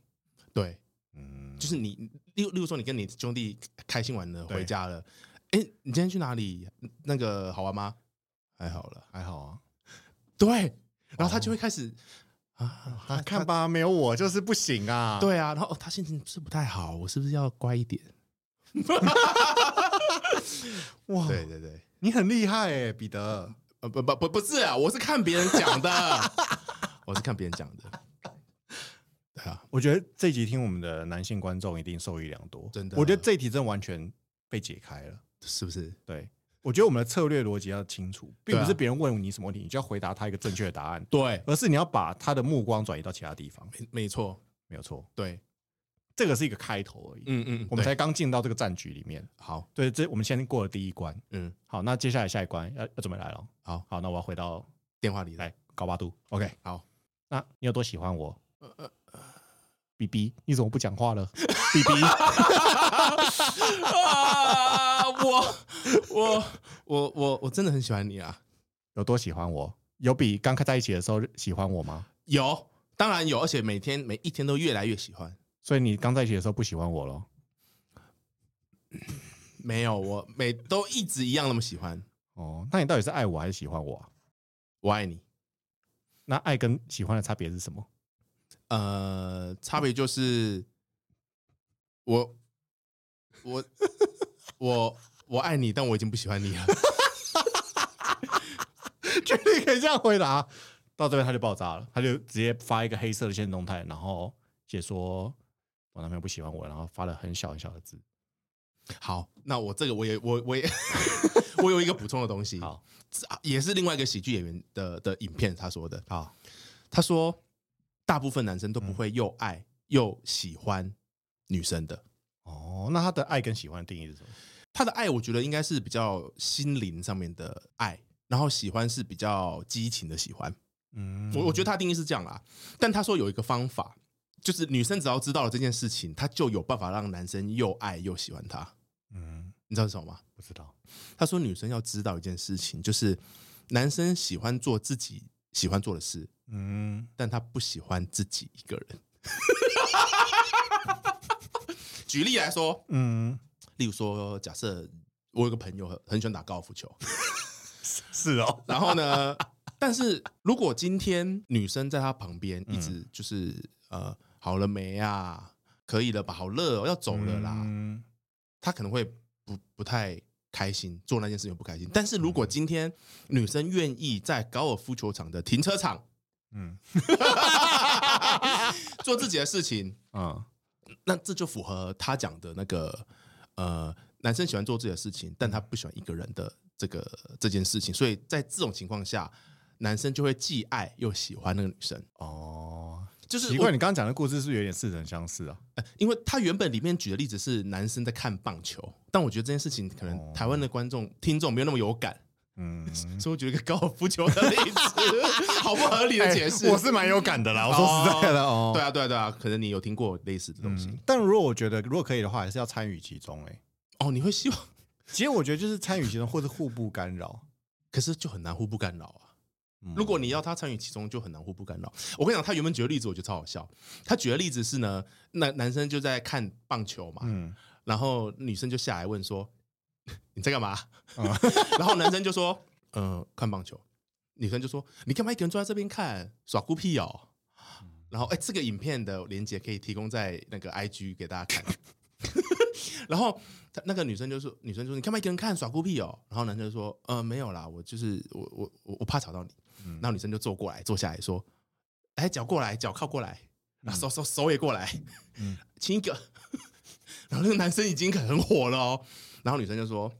对，嗯，就是你，例如例如说，你跟你兄弟开心完了对回家了，哎、你今天去哪里？那个好玩吗？还好了，还好啊。对。然后他就会开始、啊，啊，看吧，没有我就是不行啊。，对啊，然后、哦、他心情是不太好，我是不是要乖一点？哇，对对对，你很厉害哎，彼得。呃不不不不是啊，我是看别人讲 [LAUGHS] 的，我是看别人讲的。对啊，我觉得这集听我们的男性观众一定受益良多，真的我觉得这一题真的完全被解开了。是不是？对，我觉得我们的策略逻辑要清楚，并对不啊是别人问你什么问题，你就要回答他一个正确的答 [LAUGHS] 案，对，而是你要把他的目光转移到其他地方。没没错，没有错，对，这个是一个开头而已。嗯嗯，我们对才刚进到这个战局里面，好，对，这我们先过了第一关。嗯，好，那接下来下一关呃要要准备来了。好好，那我要回到电话里来，来高八度。OK，好，那你有多喜欢我？B 呃 B，你怎么不讲话了？B B， [LAUGHS] [LAUGHS] 啊，我我我我我真的很喜欢你啊，有多喜欢我？有比刚在一起的时候喜欢我吗？有，当然有，而且每天每一天都越来越喜欢。所以你刚在一起的时候不喜欢我了？没有，我每都一直一样那么喜欢。哦，那你到底是爱我还是喜欢我啊、我爱你。那爱跟喜欢的差别是什么？ [LAUGHS] 呃，差别就是我我我我爱你，但我已经不喜欢你了。绝对可以这样回答。啊到这边他就爆炸了，他就直接发一个黑色的线动态，然后写说我男朋友不喜欢我，然后发了很小很小的字。好，那我这个我也我我也 [LAUGHS] 我有一个补充的东西，啊好，也是另外一个喜剧演员的的影片他说的。好，他说，大部分男生都不会又爱又喜欢女生的。哦，那他的爱跟喜欢的定义是什么？他的爱，我觉得应该是比较心灵上面的爱，然后喜欢是比较激情的喜欢。嗯我我觉得他的定义是这样啦，但他说有一个方法，就是女生只要知道了这件事情，她就有办法让男生又爱又喜欢她。嗯，你知道是什么吗？不知道。他说女生要知道一件事情，就是男生喜欢做自己喜欢做的事，嗯，但他不喜欢自己一个人。 [LAUGHS] 举例来说， [LAUGHS] 嗯，例如说，假设我有个朋友很很喜欢打高尔夫球，是哦，然后呢，但是如果今天女生在他旁边一直就是、呃，好了没啊？可以了吧？好热、哦，要走了啦。嗯他可能会不不太开心，做那件事情不开心。但是如果今天女生愿意在高尔夫球场的停车场嗯做自己的事情，嗯那这就符合他讲的那个呃，男生喜欢做自己的事情，但他不喜欢一个人的这个这件事情，所以在这种情况下，男生就会既爱又喜欢那个女生。哦，就是奇我怪，你刚刚讲的故事是不是有点似曾相识啊？呃因为他原本里面举的例子是男生在看棒球，但我觉得这件事情可能哦台湾的观众、听众没有那么有感，嗯， [LAUGHS] 所以我举了一个高尔夫球的例 [LAUGHS] 子， [LAUGHS] 好不合理的解释。哎我是蛮有感的啦，我说实在的哦。对啊，对啊，对啊，可能你有听过类似的东西、嗯，但如果我觉得如果可以的话，还是要参与其中哎、哦，你会希望，其实我觉得就是参与其中，或是互不干扰。可是就很难互不干扰啊。嗯如果你要他参与其中，就很难互不干扰。我跟你讲，他原本举的例子我觉得超好笑。他举的例子是呢，那男生就在看棒球嘛，嗯然后女生就下来问说：“ [LAUGHS] 你在干嘛？”嗯 [LAUGHS] 然后男生就说：“嗯、看棒球。”女生就说：“你干嘛一个人坐在这边看，耍孤僻哦？”然后，哎、这个影片的连接可以提供在那个 IG 给大家看。 [LAUGHS] 然后他那个女生就说：“女生就说你干嘛一个人看耍孤僻哦？”然后男生就说：“呃，没有啦，我就是我我我我怕吵到你。嗯然后女生就坐过来，坐下来说：“哎，脚过来，脚靠过来，然后手手手也过来，嗯 [LAUGHS] 亲一个。”然后那个男生已经很火了哦。然后女生就说：“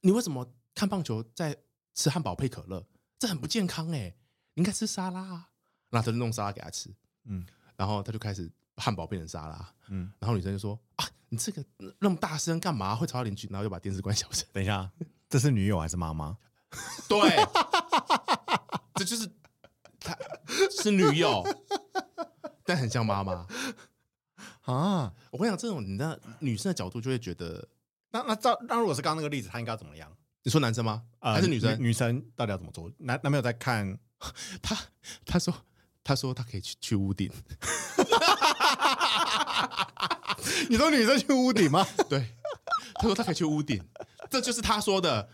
你为什么看棒球在吃汉堡配可乐？这很不健康哎、你应该吃沙拉啊。”然后他就弄沙拉给他吃，嗯然后他就开始汉堡变成沙拉。嗯，然后女生就说：“啊，你这个那么大声干嘛？会吵到邻居。”然后就把电视关小声。等一下，这是女友还是妈妈？ [LAUGHS] 对，这就是她是女友，但很像妈妈。啊？我跟你讲，这种你那女生的角度就会觉得，那那照那如果是刚刚那个例子，他应该要怎么样？你说男生吗？呃还是女生？女生到底要怎么做？男男朋友在看，她她说她说她可以去去屋顶，你说女生去屋顶吗？ [LAUGHS] 对，她说她可以去屋顶，这就是她说的。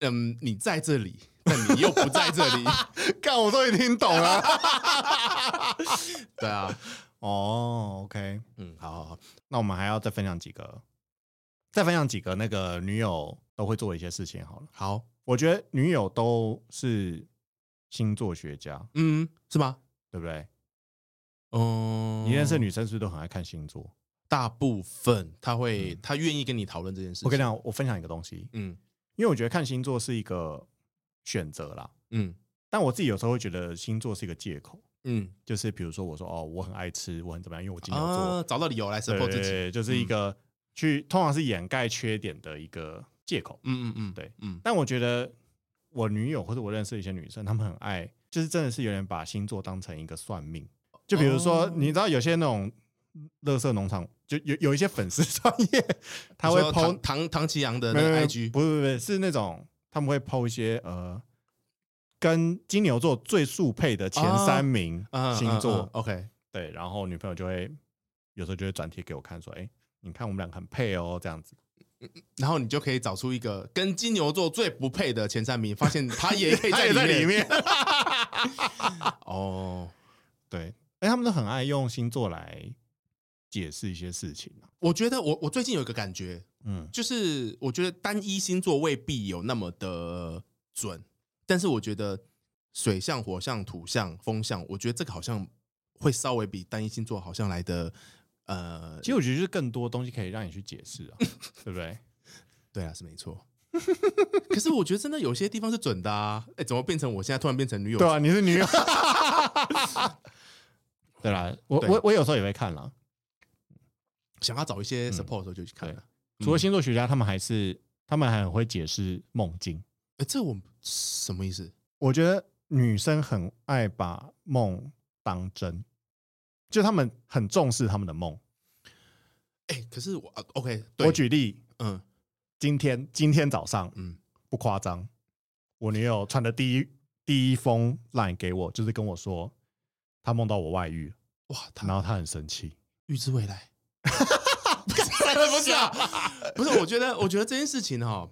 嗯，你在这里，但你又不在这里， [LAUGHS] 看我终于听懂了。 [LAUGHS] 对啊，哦，OK，嗯，好好好，那我们还要再分享几个，再分享几个那个女友都会做的一些事情好了。好，我觉得女友都是星座学家，嗯，是吗？对不对？嗯，你认识女生是不是都很爱看星座？大部分他会，他愿意跟你讨论这件事情。我跟你讲，我分享一个东西，嗯，因为我觉得看星座是一个选择啦，嗯但我自己有时候会觉得星座是一个借口，嗯就是比如说我说哦，我很爱吃，我很怎么样，因为我金牛座，啊，找到理由来对 support 自对己，对，就是一个去通常是掩盖缺点的一个借口。嗯嗯嗯，对，嗯但我觉得我女友或者我认识的一些女生，她们很爱，就是真的是有点把星座当成一个算命。就比如说，哦你知道有些那种乐色农场，就有有一些粉丝 [LAUGHS] 专业，他会你说抛唐唐唐奇阳的没那有没个有 IG，不是不是是那种他们会抛一些呃，跟金牛座最速配的前啊三名嗯星座，嗯嗯 OK，对，然后女朋友就会有时候就会转贴给我看，说：“哎、你看我们两个很配哦，这样子。然后你就可以找出一个跟金牛座最不配的前三名，发现他也可以 [LAUGHS] 他也在里里面。哦。”对，哎、他们都很爱用星座来解释一些事情啊我觉得我我最近有一个感觉，嗯，就是我觉得单一星座未必有那么的准，但是我觉得水象、火象、土象、风象，我觉得这个好像会稍微比单一星座好像来的，呃其，实我觉得就是更多东西可以让你去解释啊，对不 [LAUGHS] 对？对啊，是没错。 [LAUGHS] 可是我觉得真的有些地方是准的啊！哎、怎么变成我现在突然变成女友？对啊，你是 [LAUGHS] 女友。对啦，我对我我有时候也会看啦，想要找一嗯些 support 的时候就去看了。啊除了星座学家，他们还是他们还很会解释梦境。哎、这我什么意思？我觉得女生很爱把梦当真，就他们很重视他们的梦。哎、可是我啊 OK，对我举例，嗯今天今天早上嗯，不夸张，我女友传的第一第一封 line 给我，就是跟我说她梦到我外遇，哇，他然后她很生气。预知 [LAUGHS] 未来，不是不是啊，不是，我觉得我觉得这件事情哈、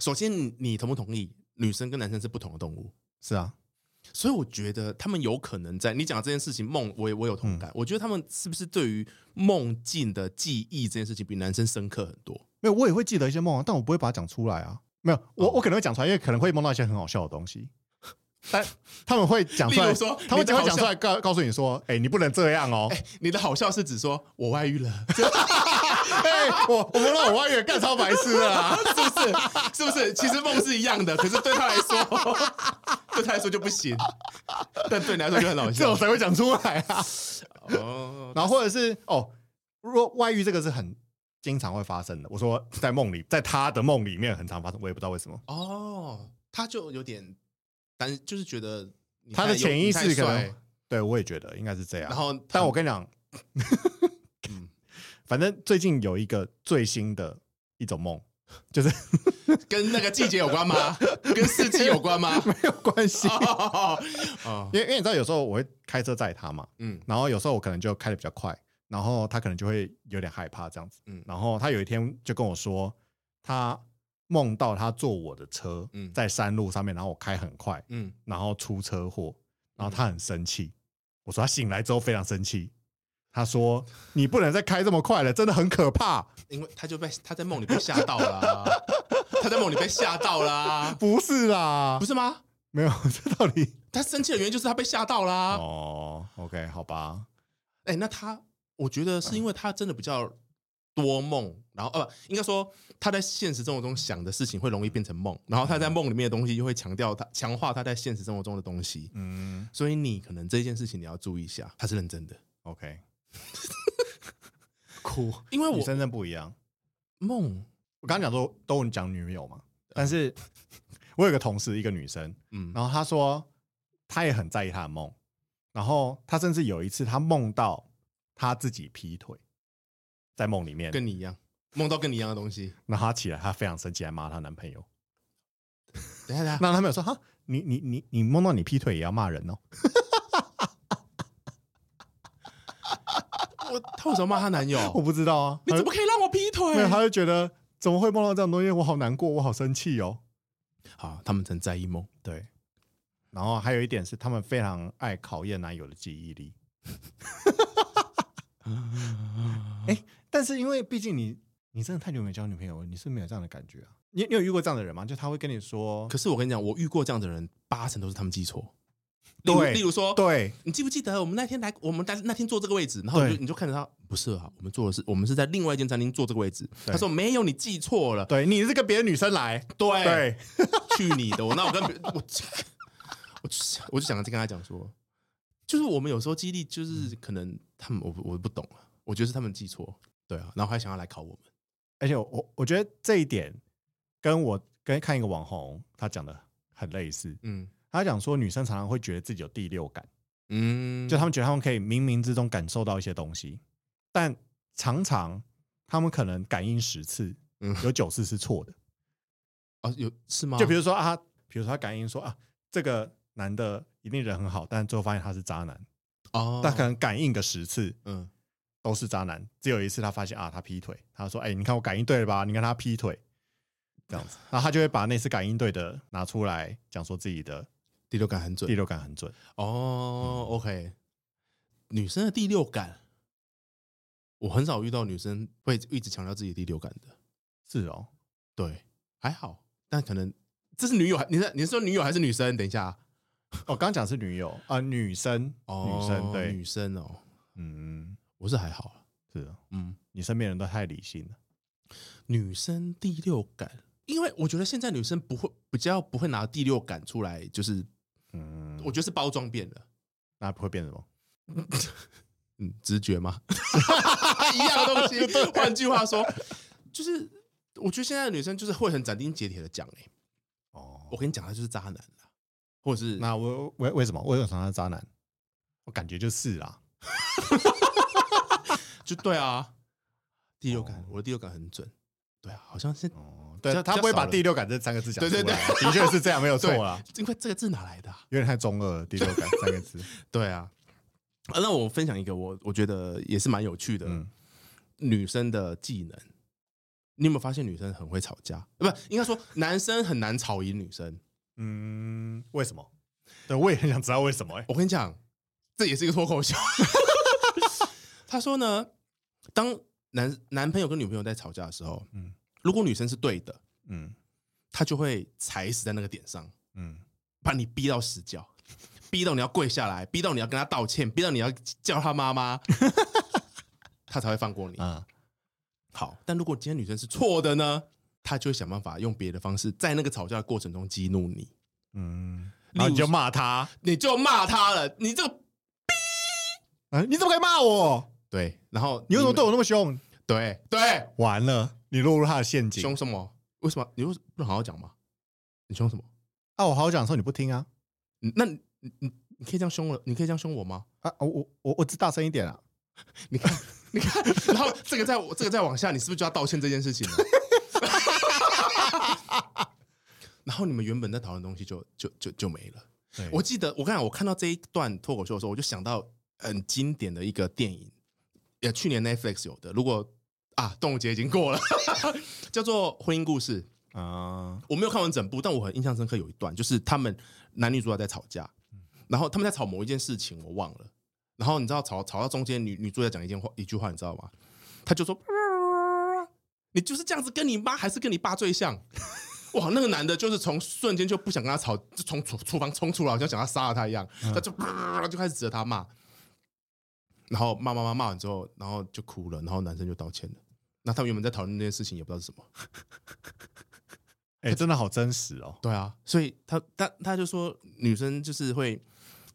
首先你你同不同意，女生跟男生是不同的动物，是啊，所以我觉得他们有可能在你讲的这件事情梦，我也我有嗯同感，我觉得他们是不是对于梦境的记忆这件事情比男生深刻很多？没有我也会记得一些梦啊，但我不会把它讲出来啊。没有，我、哦我可能会讲出来，因为可能会梦到一些很好笑的东 [LAUGHS] 西。但他们会讲出例来，如说他们你的就会好讲笑出来告告诉你说，哎、你不能这样 [LAUGHS] 哦。哎、你的好笑是指说我外遇了， [LAUGHS] 哎、我我们让我外遇干超白痴的啊 [LAUGHS] 啦。是不是？是不是？其实梦是一样的，可是对他来说， [LAUGHS] 对他来说就不行，但对你来说就很好这笑种。才会讲出来啊。哦，然后或者是哦，若外遇这个是很经常会发生的。我说在梦里，在他的梦里面很常发生，我也不知道为什么。 [LAUGHS] 哦，他就有点担，就是觉得你他的太有潜意识你太可帅能，对我也觉得应该是这样。然，后但我跟跟你讲嗯， [LAUGHS] 反正最近有一个最新的一种梦，就是 [LAUGHS] 跟那个季节有关吗？跟四季有关吗？ [LAUGHS] 没有关系。哦，哦因为因为你知道，有时候我会开车载他嘛，嗯然后有时候我可能就开的比较快，然后他可能就会有点害怕这样子。嗯然后他有一天就跟我说，他梦到他坐我的车，嗯在山路上面，然后我开很快，嗯，然后出车祸，然后他很生气。我说他醒来之后非常生气，他说你不能再开这么快了，真的很可怕。因为他就被他在梦里被吓到了啊，他在梦里被吓到啦， [LAUGHS] 不是啦不，是吗？没有，这到底他生气的原因就是他被吓到啦。哦，OK，好吧，哎，那他我觉得嗯是因为他真的比较多梦，然后呃，不应该说他在现实生活中想的事情会容易变成梦，然嗯后他在梦里面的东西就会强调他强化他在现实生活中的东西，嗯所以你可能这件事情你要注意一下，他是认真的。 ，OK，哭，因为女我生真的不一样。梦，我刚刚讲说都讲女友嘛，啊但是我有个同事，一个女生，嗯，然后她说她也很在意她的梦，然后她甚至有一次她梦到她自己劈腿，在梦里面，跟你一样，梦到跟你一样的东西。那她起来她非常生气，还骂她男朋友。等一下，等一下，那她没有说哈，你你你你梦到你劈腿也要骂人哦？我他为什么骂她男友？我不知道啊，哦你她怎就么可以让我劈腿没？有？她就觉得怎么会梦到这种东西？我好难过，我好生气哦。好，他们很在意梦。对，然后还有一点是，他们非常爱考验男友的记忆力。哎、但是因为毕竟你你真的太久没交女朋友了，你是没有这样的感觉啊。你你有遇过这样的人吗？就他会跟你说可是我跟你讲，我遇过这样的人，八成都是他们记错。例如对例如说，对，你记不记得我们那天来，我们那那天坐这个位置，然后你就对你就看着他，不是啊，我们坐的是我们是在另外一间餐厅坐这个位置。对他说没有，你记错了。对你是跟别的女生来，对，对，去你的！我那我跟别我我就想我就想跟他讲说，就是我们有时候激励就是可能他们我不我不懂啊，我觉得是他们记错，对啊，然后还想要来考我们，而且我我觉得这一点跟我跟看一个网红他讲的很类似，嗯他讲说女生常常会觉得自己有第六感，嗯，就他们觉得他们可以冥冥之中感受到一些东西，但常常他们可能感应十次嗯，有九次是错的。啊有是吗？就比如如说啊，比如说他感应说啊，这个男的一定人很好，但最后发现他是渣男，哦，但可能感应个十次嗯都是渣男，只有一次他发现啊，他劈腿，他说哎、你看我感应对了吧？你看他劈腿。这样子，然后他就会把那次感应对的拿出来讲，说自己的第六感很准第六感很准。哦，OK，女生的第六感。我很少遇到女生会一直强调自己的第六感的，是哦，对，还好，但可能这是女友还你是你是说女友还是女生？等一下啊，我哦刚刚讲是女友啊、女生，哦女生对，女生哦，嗯，我是还好啊，是哦，嗯，你身边人都太理性了，女生第六感，因为我觉得现在女生不会比较不会拿第六感出来，就是嗯，我觉得是包装变了，那会变什么？嗯，直觉 [LAUGHS] 吗？一样的东西。换句话说，就是我觉得现在的女生就是会很斩钉截铁的讲、欸，哦我，跟你讲，她就是渣男啦，或者是那我为为什么为什么他是渣男？我感觉就是啦，就对啊，第六感，哦我的第六感很准，对啊，好像是哦，对比较，他比较不会把少人第六感这三个字讲出来，对 [LAUGHS] 对的确是这样，没 [LAUGHS] 有错对啦，因为这个字哪来的啊、有点太中二了，第六感三个 [LAUGHS] 字，对啊，啊那我分享一个我我觉得也是蛮有趣的、嗯，女生的技能。你有没有发现女生很会吵架？呃不，应该说男生很难吵赢女生。嗯，为什么？对，我也很想知道为什么、欸，我跟你讲，这也是一个脱口秀。 [LAUGHS] 他说呢，当男男朋友跟女朋友在吵架的时候，嗯嗯，如果女生是对的，嗯他就会踩死在那个点上，嗯，把你逼到死角，逼到你要跪下来，逼到你要跟他道歉，逼到你要叫他妈妈， [LAUGHS] 他才会放过你。啊，好，但如果今天女生是错的呢，她就会想办法用别的方式，在那个吵架的过程中激怒你，嗯，然后你例就如骂他，你就骂她了，你这个啊，你怎么可以骂我？对，然后你为什么对们我那么凶？对对完了，你落入他的陷阱凶。什么？为什么你为什么不能好好讲吗？你凶什么？啊，我好好讲的时候你不听啊，你那你你你你可以这样凶我，你可以这样凶我吗？啊，我我我我只大声一点啊，你看你看，然后这个再我这个再往下，你是不是就要道歉这件事情了？ [LAUGHS] 然后你们原本在讨论的东西就就就就没了。对我记得我刚才我看到这一段脱口秀的时候，我就想到很经典的一个电影，也去年 Netflix 有的，如果啊端午节已经过了， [LAUGHS] 叫做《婚姻故事》。啊，我没有看完整部，但我很印象深刻有一段，就是他们男女主角在吵架，然后他们在吵某一件事情，我忘了。然后你知道吵吵到中间，女女主角讲一件话一句话，你知道吗？她就说：“你就是这样子跟你妈还是跟你爸最像。” [LAUGHS] 哇，那个男的就是从瞬间就不想跟他吵，就从厨厨房冲出来，好像想要杀了他一样，他就、 [LAUGHS] 就开始指着他骂，然后骂骂骂骂完之后，然后就哭了，然后男生就道歉了。那他们原本在讨论那件事情，也不知道是什么。哎、真的好真实哦，对啊，所以他他他就说，女生就是会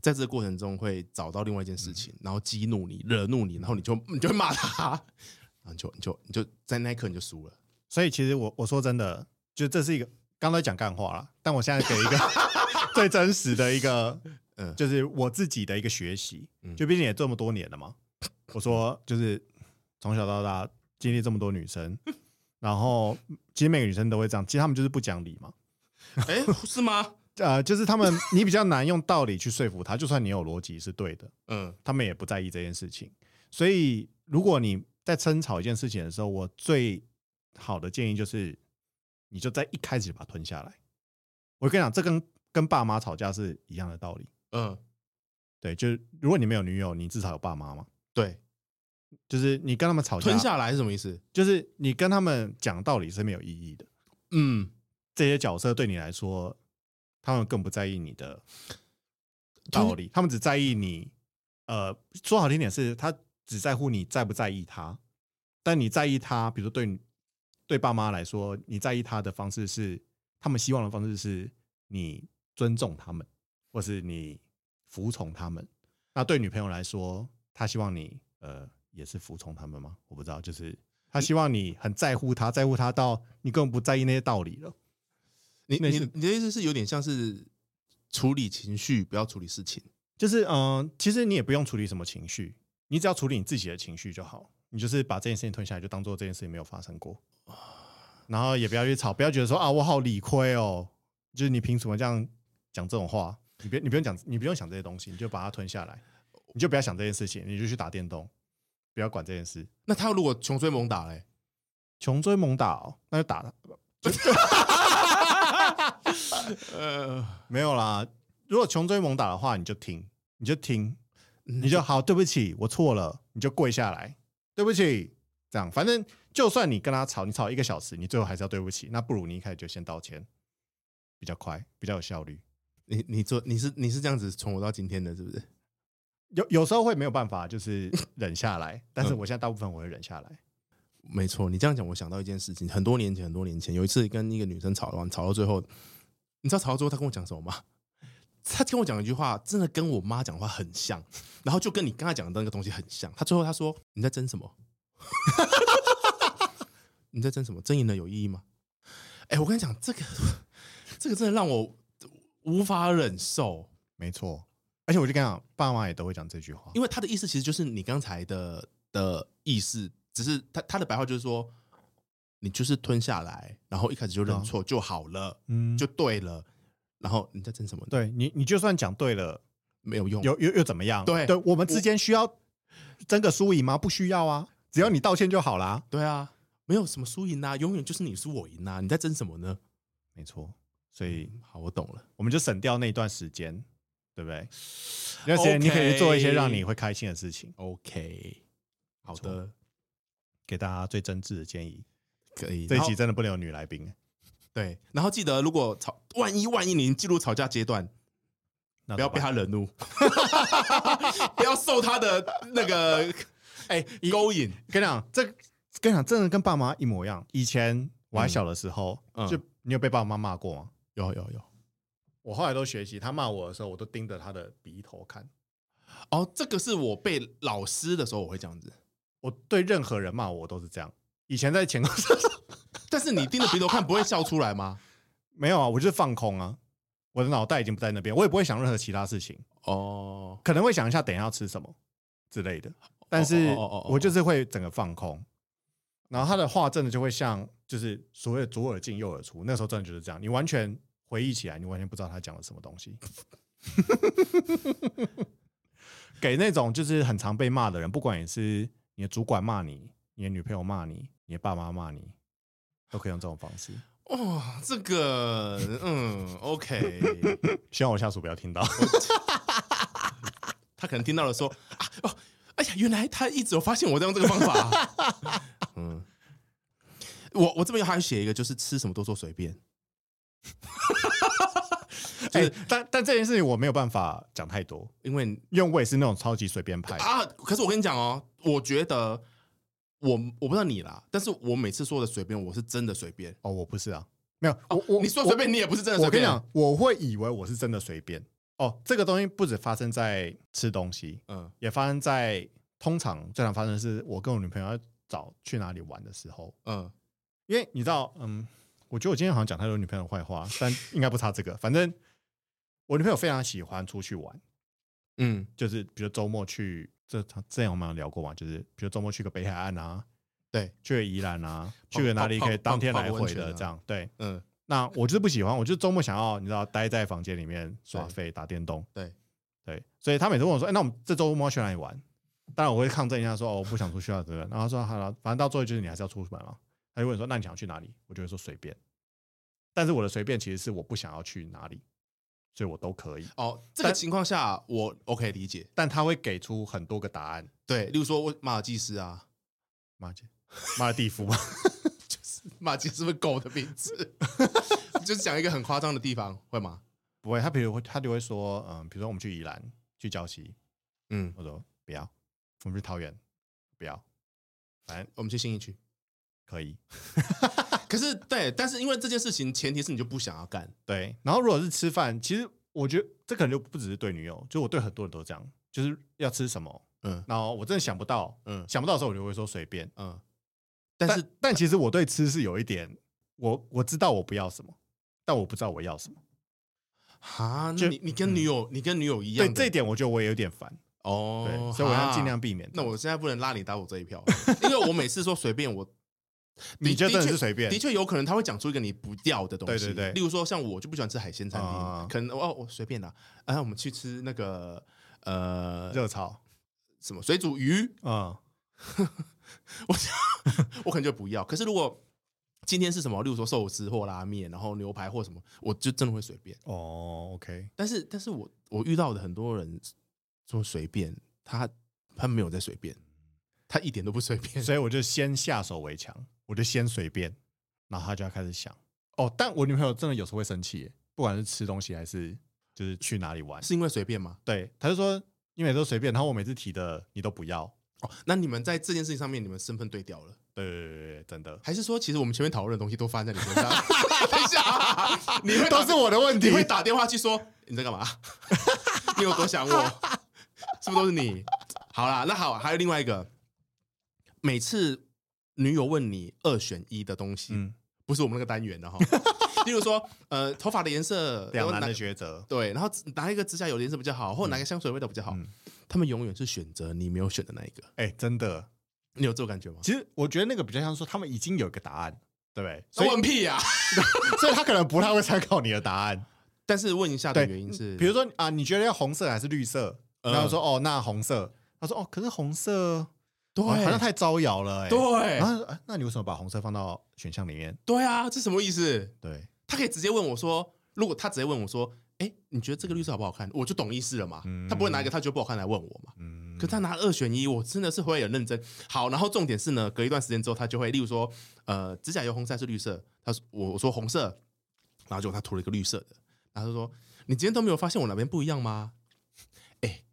在这个过程中会找到另外一件事情，然后激怒你、惹怒你，然后你就你就会骂他， [LAUGHS] 然后你就你就你就在那一刻你就输 [LAUGHS] 了。所以其实我我说真的，就这是一个刚刚在讲干话啦，但我现在给一个 [LAUGHS] 最真实的一个， [LAUGHS] 嗯就是我自己的一个学习嗯，就毕竟也这么多年了嘛。我说就是从小到大经历这么多女生，然后其实每个女生都会这样，其实她们就是不讲理嘛，哎，是吗？呃，就是她们你比较难用道理去说服她，就算你有逻辑是对的，嗯她们也不在意这件事情。所以如果你在争吵一件事情的时候，我最好的建议就是，你就在一开始就把它吞下来。我跟你讲，这跟跟爸妈吵架是一样的道理。嗯，对，就是如果你没有女友，你至少有爸妈嘛。对，就是你跟他们吵架，吞下来是什么意思？就是你跟他们讲道理是没有意义的。嗯，这些角色对你来说，他们更不在意你的道理。他们只在意你，呃，说好听点是，他只在乎你在不在意他，但你在意他，比如说对你对爸妈来说，你在意他的方式是，他们希望的方式是你尊重他们，或是你服从他们。那对女朋友来说，她希望你呃也是服从他们吗？我不知道，就是她希望你很在乎她，在乎她到你根本不在意那些道理了。你那你是你的意思是有点像是处理情绪，不要处理事情。就是嗯、呃其实你也不用处理什么情绪，你只要处理你自己的情绪就好。你就是把这件事情吞下来，就当做这件事情没有发生过，然后也不要去吵，不要觉得说啊我好理亏哦，就是你凭什么这样讲这种话？你别你不用讲，你不用想这些东西，你就把它吞下来，你就不要想这件事情，你就去打电动，不要管这件事。那他如果穷追猛打嘞，穷追猛打、哦，那就打他，呃，没有啦。如果穷追猛打的话，你就听，你就听，你嗯就好，对不起，我错了，你就跪下来，对不起，这样，反正就算你跟他吵，你吵一个小时，你最后还是要对不起，那不如你一开始就先道歉，比较快，比较有效率。你你做你是你是这样子从我到今天的，是不是？有有时候会没有办法，就是忍下 [LAUGHS] 来，但是我现在大部分我会忍下来。没错，你这样讲，我想到一件事情，很多年前，很多年前，有一次跟一个女生吵完，吵到最后，你知道吵到最后她跟我讲什么吗？她跟我讲一句话，真的跟我妈讲话很像，然后就跟你刚才讲的那个东西很像。她最后她说：“你在争什么？ [LAUGHS] 你在争什么？争赢了有意义吗？”哎、我跟你讲，这个 [LAUGHS] 这个真的让我无法忍受，没错，而且我就跟你讲，爸妈也都会讲这句话。因为她的意思其实就是你刚才的的意思，只是她她的白话就是说。你就是吞下来，然后一开始就认错就好了。嗯，就就对了。然后你在争什么？对你，你就算讲对了，没有用。又又又怎么样？对对，我们之间需要争个输赢吗？不需要啊，只要你道歉就好啦。对啊，没有什么输赢啊，永远就是你输我赢啊。你在争什么呢？没错，所以好，我懂了。我们就省掉那一段时间，对不对？那时间你可以做一些让你会开心的事情， OK，好的，给大家最真挚的建议。可以。这一然后集真的不能有女来宾，对，然后记得，如果吵，万一万一您进入吵架阶段，那不要怎被么办他惹怒， [LAUGHS] 不要受他的那个 [LAUGHS] 哎勾引。跟你讲，这跟你讲，真的跟爸妈一模一样。以前我还小的时候，嗯嗯就你有被爸妈骂过吗？有有有。我后来都学习，他骂我的时候，我都盯着他的鼻头看。哦，这个是我被老师的时候我会这样子，我对任何人骂我都是这样。以前在前公司但是你盯着鼻头看不会笑出来吗？没有啊，我就是放空啊，我的脑袋已经不在那边，我也不会想任何其他事情。哦，可能会想一下等一下要吃什么之类的，但哦是哦哦哦我就是会整个放空。然后他的话真的就会像就是所谓的左耳进右耳出，那时候真的就是这样，你完全回忆起来，你完全不知道他讲了什么东西。 [LAUGHS] 给那种就是很常被骂的人，不管你是你的主管骂你，你的女朋友骂你，你的爸妈骂你，都可以用这种方式。哦，这个，嗯，OK，希望我下属不要听到。他可能听到了说啊，哦，哎呀，原来他一直有发现我在用这个方法、 [LAUGHS] 嗯，我我这边还有写一个，就是吃什么都说随便，就是，哎但但这件事情我没有办法讲太多，因为因为我也是那种超级随便派。啊，可是我跟你讲哦，我觉得我我不知道你啦，但是我每次说的随便，我是真的随便。哦，哦我不是啊，没有，我我你说随便，你也不是真的我，随我跟便。你讲，我会以为我是真的随便。哦，这个东西不止发生在吃东西，嗯，也发生在通常最常发生的是我跟我女朋友要找去哪里玩的时候，嗯因为你知道，嗯，我觉得我今天好像讲太多女朋友的坏话，但应该不差这个。反正我女朋友非常喜欢出去玩，嗯就是比如周末去，这之前我们有聊过嘛，就是比如周末去个北海岸啊，对，去个宜兰啊，去个哪里可以当天来回的这样，对。嗯，那我就是不喜欢，我就是周末想要你知道待在房间里面耍废打电动，对对，所以他每次问我说：“哎、那我们这周末要去哪里玩？”当然我会抗争一下说：“哦，我不想出去啊，对不对？”然后他说：“好了，反正到最后就是你还是要出门嘛。”他就问说：“那你想去哪里？”我就会说随便，但是我的随便其实是我不想要去哪里，所以我都可以。哦，这个但情况下我 OK 理解。但他会给出很多个答案，对，例如说我马尔济斯啊， [LAUGHS] 马姐，马尔蒂夫嘛， [LAUGHS] 马吉是不是狗的名字？就是讲一个很夸张的地方，会吗？ [LAUGHS] 不会，他比如会他就会说，嗯，比如说我们去宜兰，去礁溪，嗯，我说不要，我们去桃园，不要，反正我们去新义区。啊可以。可是对，但是因为这件事情，前提是你就不想要干。对，然后如果是吃饭，其实我觉得这可能就不只是对女友，就我对很多人都这样，就是要吃什么，嗯然后我真的想不到，嗯想不到的时候我就会说随便，嗯，但但是但其实我对吃是有一点，我我知道我不要什么，但我不知道我要什么，啊，那就嗯你你跟女友，你跟女友一样对的，这一点我觉得我也有点烦，哦对，，所以我要哈尽量。避免。那我现在不能拉你打我这一票，因为我每次说随 [LAUGHS] 便我。你就真的确是随便的确有可能他会讲出一个你不要的东西。对对对例如说像我就不喜欢吃海鲜餐厅，啊可能哦我随便啦，啊我们去吃那个呃热炒，什么水煮鱼，嗯，我可能就不要。可是如果今天是什么，例如说寿司或拉面，然后牛排或什么，我就真的会随便。哦，OK，但是，但是我我遇到的很多人说随便，他他没有在随便，他一点都不随便。 [LAUGHS] 所以我就先下手为强，我就先随便，然后他就要开始想，哦，但我女朋友真的有时候会生气耶，不管是吃东西还是就是去哪里玩。是因为随便吗？对，他就说你每次都随便，然后我每次提的你都不要。哦，那你们在这件事情上面，你们身份对调了，对对对对对，真的，还是说其实我们前面讨论的东西都发生在你 [LAUGHS] 身上？等一下，你会都打是我的问题你。会打电话去说你在干嘛？ [LAUGHS] 你有多想我？是不是都是你？好啦，那好，还有另外一个，每次女友问你二选一的东西，嗯，不是我们那个 [LAUGHS] 单元的哈。例如说，呃，头发的颜色，然两后难哪的抉择。对，然后拿一个指甲油的颜色比较好，或者拿一个香水味道比较好，嗯他们永远是选择你没有选的那一个。哎，真的，你有这种感觉吗？其实我觉得那个比较像说他们已经有一个答案，对不对？所以问屁呀、所以他可能不太会参考你的答 [LAUGHS] 案。但是问一下的对，原因是，哦比如说啊，你觉得要红色还是绿色？嗯然后说哦，那红色。他说哦，可是红色对，好像太招摇了。哎，然对后啊那你为什么把红色放到选项里面？对啊，这什么意思？对，他可以直接问我说，如果他直接问我说，哎，你觉得这个绿色好不好看？我就懂意思了嘛。嗯他不会拿一个他觉得不好看来问我嘛。嗯可他拿二选一，我真的是会很认真。好，然后重点是呢，隔一段时间之后，他就会，例如说，呃，指甲油红色还是绿色？他说我我说红色，然后结果他涂了一个绿色的，然后他说你今天都没有发现我哪边不一样吗？哎，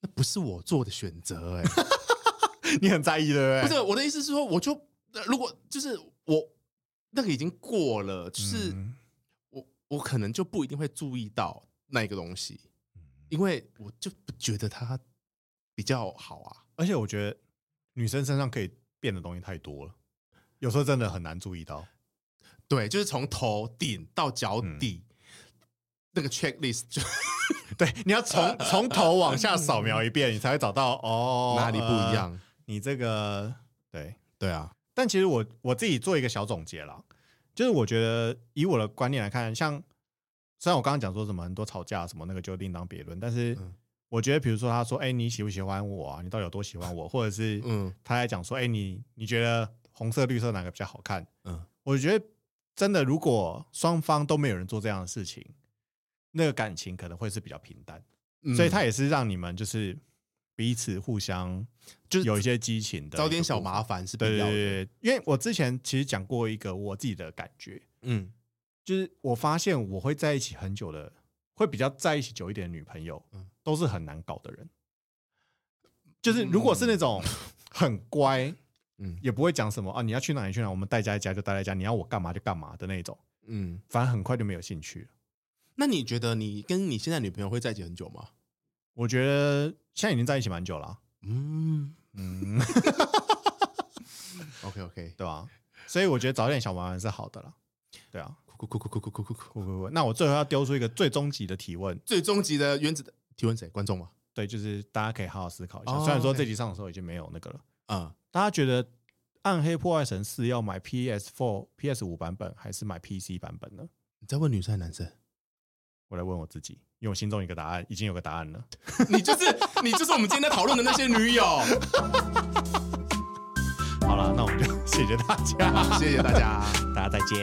那不是我做的选择、哎， [LAUGHS] 你很在意，对不不对？是我的意思是说，我就、呃如果就是我那个已经过了，就是、嗯我我可能就不一定会注意到那个东西，嗯因为我就不觉得它比较好啊。而且我觉得女生身上可以变的东西太多了，有时候真的很难注意到。对，就是从头顶到脚底、嗯那个 checklist 就对，你要 [LAUGHS] 从从头往下扫描一遍，你才会找到哦哪里不一。样。呃你这个对，对啊，但其实我我自己做一个小总结啦，就是我觉得以我的观念来看，像虽然我刚刚讲说什么很多吵架什么那个就另当别论，但是嗯我觉得比如说他说哎、你喜不喜欢我啊，你到底有多喜欢我，或者是嗯他在讲说哎、你你觉得红色绿色哪个比较好看，嗯，我觉得真的，如果双方都没有人做这样的事情，那个感情可能会是比较平淡。嗯所以它也是让你们就是彼此互相就是有一些激情的，找点小。麻烦是必对对要的。对，对因为我之前其实讲过一个我自己的感觉，嗯就是我发现我会在一起很久的，会比较在一起久一点的女朋友，嗯都是很难搞的人。就是如果是那种很乖，嗯也不会讲什么啊，你要去哪里去哪，我们待在家就待在家，你要我干嘛就干嘛的那种，嗯，反而很快就没有兴趣了。那你觉得你跟你现在女朋友会在一起很久吗？我觉得现在已经在一起蛮久了啊、 [LAUGHS] 嗯 [LAUGHS] 嗯， ，OK OK，对吧、所以我觉得找点小麻烦是好的啦。对啊，哭哭哭哭哭哭哭哭。不不不，那我最后要丢出一个最终极的提问，最终极的原子的提问谁？观众吗？对，就是大家可以好好思考一下。哦虽然说 OK 这集上的时候已经没有那个了，嗯，大家觉得《暗黑破坏神四》要买 PS Four、PS 五版本还是买 PC 版本呢？你在问女生还是男生？我来问我自己，因为我心中有一个答案，已经有个答案了。你就是你就是我们今天在讨论的那些女友。好了，那我们就 [LAUGHS] 谢谢大家，谢谢大家。大家再见。